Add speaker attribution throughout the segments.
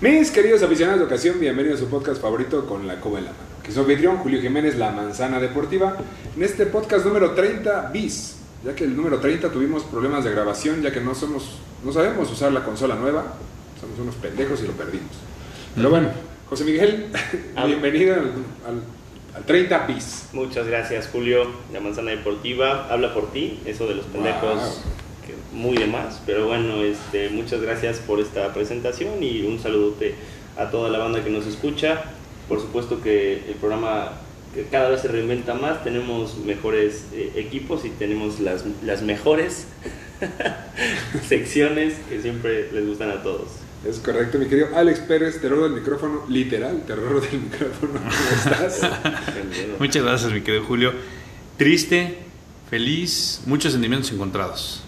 Speaker 1: Mis queridos aficionados de ocasión, bienvenidos a su podcast favorito con la Cuba en la mano. Que es su anfitrión Julio Jiménez, La Manzana Deportiva, en este podcast número 30 bis, ya que el número 30 tuvimos problemas de grabación, ya que no somos, no sabemos usar la consola nueva, somos unos pendejos y lo perdimos. Pero bueno, José Miguel,
Speaker 2: Ah.
Speaker 1: bienvenido al, al- al 30 bis.
Speaker 2: Muchas gracias, Julio. La manzana deportiva habla por ti. Eso de los pendejos, que muy de más. Pero bueno, este, muchas gracias por esta presentación y un saludote a toda la banda que nos escucha. Por supuesto que el programa que cada vez se reinventa más. Tenemos mejores eh, equipos y tenemos las, las mejores secciones que siempre les gustan a todos.
Speaker 1: Es correcto, mi querido Alex Pérez, terror del micrófono, literal, terror del micrófono. ¿Cómo estás? Ah,
Speaker 3: Muchas gracias, mi querido Julio. Triste, feliz, muchos sentimientos encontrados.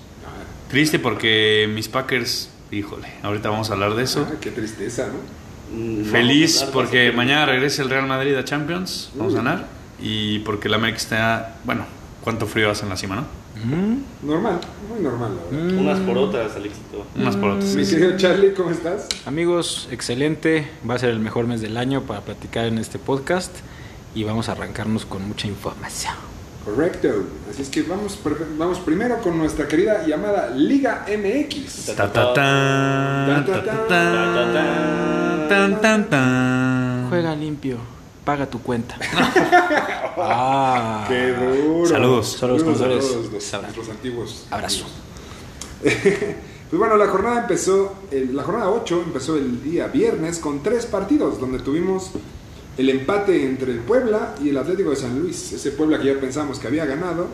Speaker 3: Triste porque mis Packers, híjole, ahorita vamos a hablar de eso.
Speaker 1: Ah, qué tristeza, ¿no?
Speaker 2: Mm, vamos a
Speaker 3: Feliz
Speaker 2: hablar de
Speaker 3: porque
Speaker 2: eso.
Speaker 3: mañana regresa el Real Madrid a Champions, vamos a ganar. Y porque la América está, bueno, cuánto frío hace en la cima, ¿no?
Speaker 1: Normal, muy normal, la verdad.
Speaker 2: Unas por otras, Alexito.
Speaker 3: Unas por otras.
Speaker 1: Mi querido Charlie, ¿cómo estás?
Speaker 4: Amigos, excelente. Va a ser el mejor mes del año para platicar en este podcast y vamos a arrancarnos con mucha información.
Speaker 1: Correcto. Así es que vamos, pr- vamos primero con nuestra querida llamada Liga MX.
Speaker 3: Ta, ta, tan, ta, ta, tan, tan, tan, tan.
Speaker 4: Juega limpio, paga tu cuenta. ah,
Speaker 1: ¡Qué duro!
Speaker 3: Saludos.
Speaker 1: saludos,
Speaker 4: Saludos, sponsores.
Speaker 1: los,
Speaker 4: Sabrán.
Speaker 1: nuestros antiguos.
Speaker 4: Abrazo.
Speaker 1: amigos. pues bueno, la jornada empezó, el- la jornada 8 empezó el día viernes con tres partidos donde tuvimos el empate entre el Puebla y el Atlético de San Luis. Ese Puebla que ya pensamos que había ganado.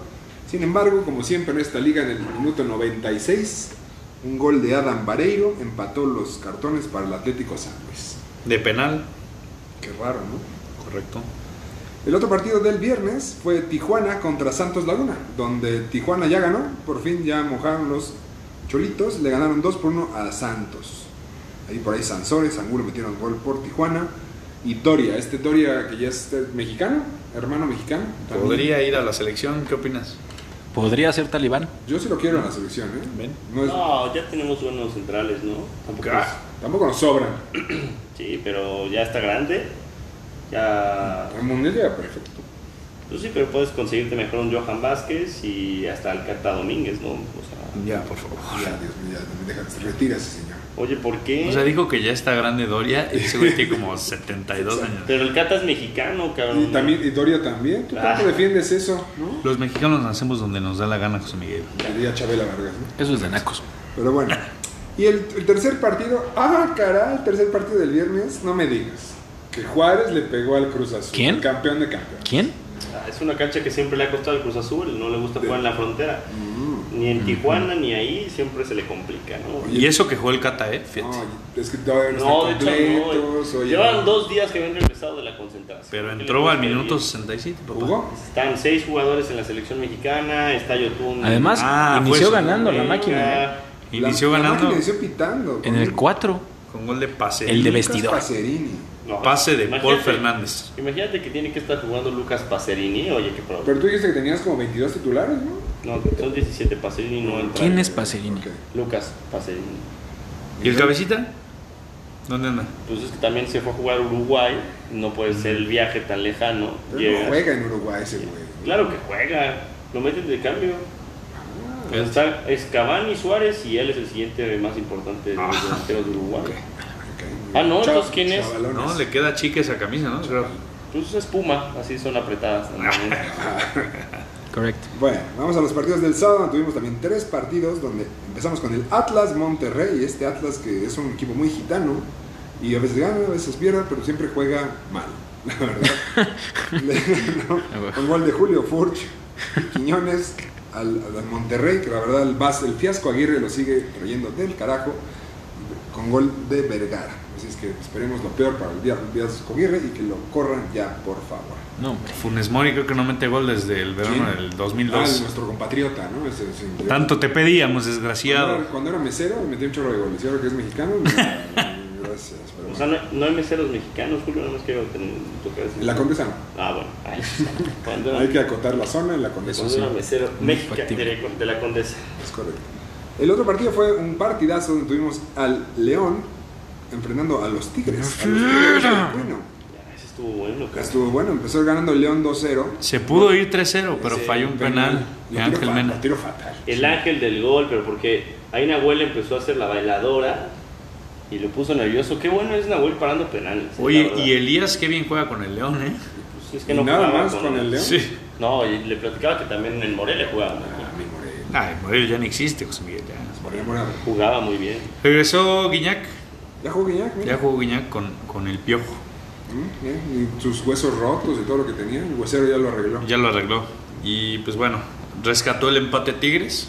Speaker 1: Sin embargo, como siempre en esta liga, en el minuto 96, un gol de Adam Vareiro empató los cartones para el Atlético San Luis.
Speaker 3: De penal,
Speaker 1: Qué raro, ¿no?
Speaker 3: correcto.
Speaker 1: El otro partido del viernes fue Tijuana contra Santos Laguna, donde Tijuana ya ganó, por fin ya mojaron los cholitos, le ganaron 2 por 1 a Santos. Ahí por ahí Sansores, Angulo metieron gol por Tijuana y Doria, este Doria que ya es eh, mexicano, hermano mexicano. también.
Speaker 3: Podría ir a la selección, ¿qué opinas?
Speaker 4: ¿Podría ser talibán?
Speaker 1: Yo sí lo quiero en la selección, ¿eh?
Speaker 3: Ven.
Speaker 1: No es-
Speaker 2: No, ya tenemos buenos centrales, ¿no? Tampoco es-
Speaker 1: Tampoco nos sobran.
Speaker 2: Sí, pero ya está grande. Ya.
Speaker 1: El mundial llega perfecto.
Speaker 2: Pues sí, pero puedes conseguirte mejor un Johan Vázquez y hasta el Cata Domínguez, ¿no? O sea,
Speaker 3: Ya, por favor.
Speaker 1: Ya, Dios mío, ya, me deja, retira ese señor.
Speaker 2: oye, ¿por qué?
Speaker 3: O sea, dijo que ya está grande Doria y ese güey tiene como 72 años.
Speaker 2: pero el Cata es mexicano, cabrón.
Speaker 1: Y, también, y Doria también, ¿tú
Speaker 2: Ah.
Speaker 1: tanto defiendes eso, no?
Speaker 3: Los mexicanos nacemos donde nos da la gana, José Miguel.
Speaker 1: Diría Chabela Vargas, ¿no?
Speaker 4: Eso es de nacos.
Speaker 1: Pero bueno. Y el, el tercer partido, ah, caray, el tercer partido del viernes, no me digas. Que Juárez le pegó al Cruz Azul.
Speaker 4: ¿Quién?
Speaker 1: el campeón de campeón.
Speaker 4: ¿Quién?
Speaker 2: Ah, Es una cancha que siempre le ha costado al Cruz Azul. No le gusta jugar en la frontera.
Speaker 1: Mm.
Speaker 2: Ni en Tijuana, ni ahí. Siempre se le complica, ¿no?
Speaker 3: Y eso que jugó el Cata, ¿eh? Fíjate.
Speaker 1: No, es que todavía
Speaker 2: No,
Speaker 1: no,
Speaker 2: de
Speaker 1: están
Speaker 2: hecho,
Speaker 1: completos.
Speaker 2: no. eh.
Speaker 1: oye,
Speaker 2: Llevan dos días que habían regresado de la concentración.
Speaker 3: Pero
Speaker 2: ¿Qué le
Speaker 3: entró
Speaker 2: puedes
Speaker 3: al minuto
Speaker 2: pedir?
Speaker 3: 67, papá.
Speaker 1: ¿Jugó?
Speaker 2: Están seis jugadores en la selección mexicana, está Yotun.
Speaker 4: Además,
Speaker 3: Ah,
Speaker 4: inició
Speaker 3: pues,
Speaker 4: ganando la máquina. ¿eh?
Speaker 3: Inició
Speaker 1: La- la
Speaker 3: ganando
Speaker 1: máquina inició pitando.
Speaker 4: En el 4.
Speaker 3: con gol de pase.
Speaker 4: El de
Speaker 1: Lucas
Speaker 4: vestidor.
Speaker 1: Pacerini.
Speaker 2: No,
Speaker 3: Pase de
Speaker 2: imagínate-
Speaker 3: Paul Fernández.
Speaker 2: Imagínate que tiene que estar jugando Lucas Pacerini. Oye, qué problema.
Speaker 1: Pero tú dijiste que tenías como 22 titulares, ¿no?
Speaker 2: No, son 17. Pacerini no entra.
Speaker 4: ¿Quién es Pacerini?
Speaker 1: Ok.
Speaker 2: Lucas Pacerini.
Speaker 3: ¿Y el cabecita? ¿Dónde anda?
Speaker 2: Pues es que también se fue a jugar a Uruguay. No puede ser el viaje tan lejano.
Speaker 1: Pero
Speaker 2: Llega.
Speaker 1: no juega en Uruguay ese güey.
Speaker 2: Claro que juega. Lo meten de cambio.
Speaker 3: Ah.
Speaker 2: Está es Cavani, Suárez y él es el siguiente más importante de los delanteros de Uruguay.
Speaker 1: Ok.
Speaker 2: Ah, no,
Speaker 1: Chao-
Speaker 2: entonces, ¿quién es?
Speaker 1: chavalones.
Speaker 3: No, le queda chica esa camisa, ¿no? Creo.
Speaker 2: Pues es Puma, así son apretadas. también.
Speaker 4: Correcto.
Speaker 1: Bueno, vamos a los partidos del sábado. Tuvimos también tres partidos donde empezamos con el Atlas Monterrey. Este Atlas que es un equipo muy gitano y a veces gana, a veces pierde, pero siempre juega mal, la verdad. Le ganó con gol de Julio Furch y Quiñones al, al Monterrey, que la verdad el, vas- el fiasco Aguirre lo sigue trayendo del carajo. con gol de Vergara. Así es que esperemos lo peor para el día Díaz Coguirre y que lo corran ya, por favor.
Speaker 4: No, hombre.
Speaker 3: Funes Mori creo que no mete gol desde el verano
Speaker 1: ¿Quién?
Speaker 3: del
Speaker 1: Ah,
Speaker 3: 2002.
Speaker 1: nuestro compatriota, ¿no? Ese- ese-
Speaker 3: Tanto te pedíamos,
Speaker 1: cuando
Speaker 3: desgraciado.
Speaker 1: era, cuando era mesero me metí un chorro de goles. Y ahora que es mexicano, me- gracias. pero
Speaker 2: O sea,
Speaker 1: bueno.
Speaker 2: no, no hay meseros mexicanos, Julio, nada más quiero tener tu cabeza.
Speaker 1: La condesa no.
Speaker 2: Ah, bueno. Ay, cuando
Speaker 1: Hay que acotar la zona en la condesa.
Speaker 2: cuando era mesero
Speaker 4: Muy
Speaker 2: mexica
Speaker 4: factible.
Speaker 2: de, la- de la condesa.
Speaker 1: Es correcto. El otro partido fue un partidazo donde tuvimos al León enfrentando a los Tigres. A los Tigres del Bueno,
Speaker 2: Ya, ese estuvo bueno, cara.
Speaker 1: estuvo bueno. Empezó ganando el León 2-0.
Speaker 3: Se pudo ir 3-0, pero
Speaker 2: Ese
Speaker 3: falló un penal
Speaker 1: Lo
Speaker 3: de
Speaker 1: tiró
Speaker 3: Ángel
Speaker 1: fa-
Speaker 3: Mena.
Speaker 1: lo tiró fatal.
Speaker 2: El ángel del gol, pero porque ahí Nahuel empezó a hacer la bailadora y lo puso nervioso. Qué bueno es Nahuel parando penales. eh, la
Speaker 3: Oye,
Speaker 2: verdad.
Speaker 3: y Elías qué bien juega con el León, ¿eh?
Speaker 2: Pues es que
Speaker 1: Y
Speaker 2: no
Speaker 1: nada
Speaker 2: jugaba
Speaker 1: más con el León.
Speaker 3: Sí.
Speaker 2: No, y le platicaba que también en el Morelia jugaba. muy bien.
Speaker 1: Ah, mi Morel.
Speaker 3: Ay, Morelia ya no existe, José Miguel. ya.
Speaker 1: Morel, Morel.
Speaker 2: Jugaba muy bien.
Speaker 3: Regresó Guiñac,
Speaker 1: Ya jugó Guiñac, mira.
Speaker 3: ya jugó Guiñac con, con el Piojo.
Speaker 1: Mm, bien. Y sus huesos rotos y todo lo que tenía. El huesero ya lo arregló.
Speaker 3: Ya lo arregló. Y pues bueno, rescató el empate Tigres.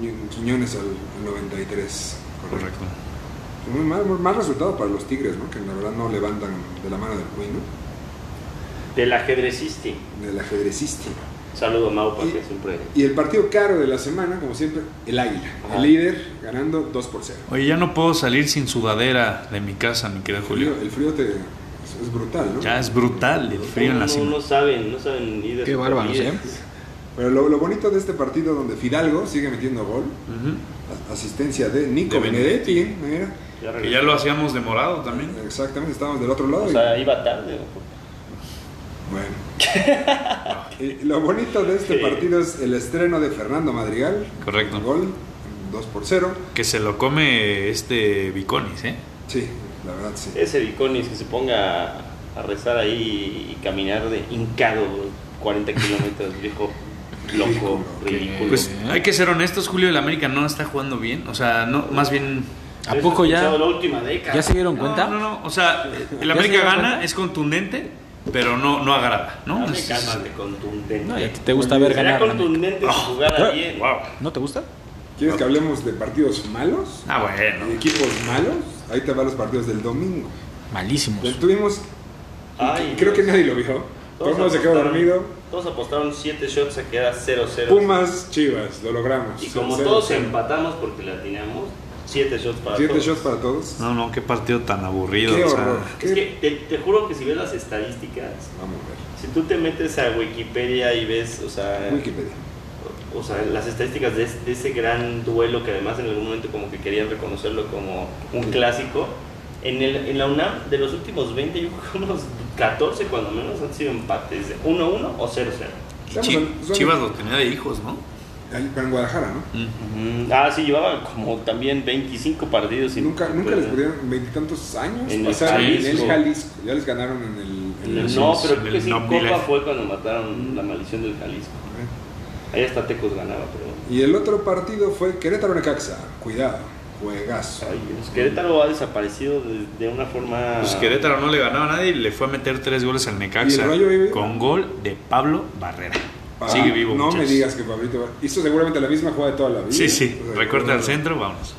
Speaker 1: Quiñ- Quiñones al al 93.
Speaker 3: Correcto.
Speaker 1: Muy mal, muy mal resultado para los Tigres, ¿no? Que la verdad no levantan de la mano del güey, ¿no?
Speaker 2: Del ajedrecisti.
Speaker 1: Del ajedrecista.
Speaker 2: Saludo a Mau, para
Speaker 1: Y-
Speaker 2: que siempre.
Speaker 1: Y el partido caro de la semana, como siempre, el Águila.
Speaker 2: Ajá.
Speaker 3: Ah.
Speaker 1: El líder ganando 2 por 0.
Speaker 3: Oye, ya no puedo salir sin sudadera de mi casa, mi querido
Speaker 1: El
Speaker 3: Julio.
Speaker 1: frío, el frío te, es es brutal, ¿no?
Speaker 3: Ya es brutal el frío en
Speaker 2: No,
Speaker 3: la
Speaker 2: no,
Speaker 3: cima.
Speaker 2: no saben, no saben ni de
Speaker 4: Qué
Speaker 2: sus
Speaker 4: bárbaros, ¿eh?
Speaker 2: líderes.
Speaker 1: Pero lo, lo bonito de este partido donde Fidalgo sigue metiendo gol,
Speaker 3: Ujú.
Speaker 1: a- asistencia de Nico
Speaker 3: De
Speaker 1: Benedetti, mira.
Speaker 2: Ya
Speaker 3: Que
Speaker 2: regresó.
Speaker 3: ya lo hacíamos de morado también.
Speaker 1: Exactamente, estábamos del otro lado.
Speaker 2: O
Speaker 1: y-
Speaker 2: sea, iba tarde. ¿no?
Speaker 1: Bueno. Y lo bonito de este
Speaker 2: Sí.
Speaker 1: partido es el estreno de Fernando Madrigal.
Speaker 3: Correcto.
Speaker 1: Gol, 2 por 0.
Speaker 3: Que se lo come este Viconis, ¿eh?
Speaker 1: Sí, la verdad sí.
Speaker 2: Ese Viconis que se ponga a rezar ahí y caminar de hincado 40 kilómetros, viejo loco, ridículo.
Speaker 3: Pues hay que ser honestos, Julio, el América no está jugando bien. O sea, no, más bien...
Speaker 4: ¿A poco ya-
Speaker 2: Escuchado La última década.
Speaker 4: ¿Ya se dieron
Speaker 3: No,
Speaker 4: cuenta?
Speaker 3: No, no, o sea, el
Speaker 4: ¿Ya se
Speaker 3: América
Speaker 4: dieron
Speaker 3: gana,
Speaker 4: cuenta?
Speaker 3: es contundente, pero no, no agrada, ¿no?
Speaker 2: No, me
Speaker 3: Es-
Speaker 2: calma de contundente.
Speaker 4: Pues, No, y a ti te gusta ver
Speaker 2: Será
Speaker 4: ganar. la neta.
Speaker 2: contundente
Speaker 1: Oh.
Speaker 2: si jugara bien.
Speaker 3: Wow.
Speaker 4: ¿No te gusta?
Speaker 1: ¿Quieres que hablemos de partidos malos?
Speaker 3: Ah, bueno.
Speaker 1: ¿De equipos malos? Ahí te van los partidos del domingo.
Speaker 4: Malísimos.
Speaker 1: Tuvimos,
Speaker 2: Pues, Ay,
Speaker 1: creo que
Speaker 2: Dios.
Speaker 1: nadie lo vio. Todo el mundo se quedó
Speaker 2: apostaron-
Speaker 1: dormido.
Speaker 2: Todos apostaron 7 shots a que era 0-0.
Speaker 1: Pumas, Chivas, lo logramos.
Speaker 2: Y como
Speaker 1: Cero,
Speaker 2: todos
Speaker 1: cero.
Speaker 2: empatamos porque le atinamos, 7 shots para
Speaker 1: Siete
Speaker 2: todos.
Speaker 1: shots para todos.
Speaker 3: No, no, qué partido tan aburrido.
Speaker 1: Qué
Speaker 3: o sea.
Speaker 1: horror.
Speaker 2: Es que te, te juro que si ves las estadísticas,
Speaker 1: Vamos a
Speaker 2: si tú te metes a Wikipedia y ves, o sea,
Speaker 1: ver. Wikipedia.
Speaker 2: o sea, las estadísticas de, es- de ese gran duelo que además en algún momento como que querían reconocerlo como un clásico, en, el, en la UNAM de los últimos 20, yo creo que unos 14 cuando menos han sido empates de 1-1 o 0-0.
Speaker 3: Y
Speaker 1: Estamos
Speaker 3: Chi-
Speaker 1: en- son-
Speaker 3: Chivas lo tenía de hijos, ¿no?
Speaker 1: Ahí, pero en Guadalajara, ¿no?
Speaker 2: Ah, sí, llevaba como también 25 partidos. sin
Speaker 1: Nunca, nunca
Speaker 2: perder.
Speaker 1: les pudieron veintitantos años
Speaker 2: pues, En el
Speaker 1: pasar en el
Speaker 2: Jalisco.
Speaker 1: Jalisco. Ya les ganaron en el. en el-
Speaker 2: No, pero creo
Speaker 3: En
Speaker 2: que
Speaker 3: el
Speaker 2: sí,
Speaker 3: Nopi
Speaker 2: Copa
Speaker 3: Life.
Speaker 2: fue cuando mataron la maldición del Jalisco. Ahí hasta Tecos ganaba, pero...
Speaker 1: Y el otro partido fue Querétaro Necaxa. Cuidado, juegazo.
Speaker 2: Ay, Dios, Querétaro ha desaparecido de, de una forma...
Speaker 4: Ah.
Speaker 3: Pues Querétaro no le ganaba a nadie y le fue a meter tres goles al
Speaker 1: ¿Y
Speaker 3: Necaxa.
Speaker 1: el Rayo vive?
Speaker 3: Con gol de Pablo Barrera.
Speaker 1: Ah,
Speaker 3: Sigue vivo.
Speaker 1: No me
Speaker 3: muchachos.
Speaker 1: digas que Pablito va- hizo seguramente la misma jugada de toda la vida.
Speaker 3: Sí, sí.
Speaker 1: O sea,
Speaker 3: Recorte al
Speaker 1: bueno,
Speaker 3: centro, vamos.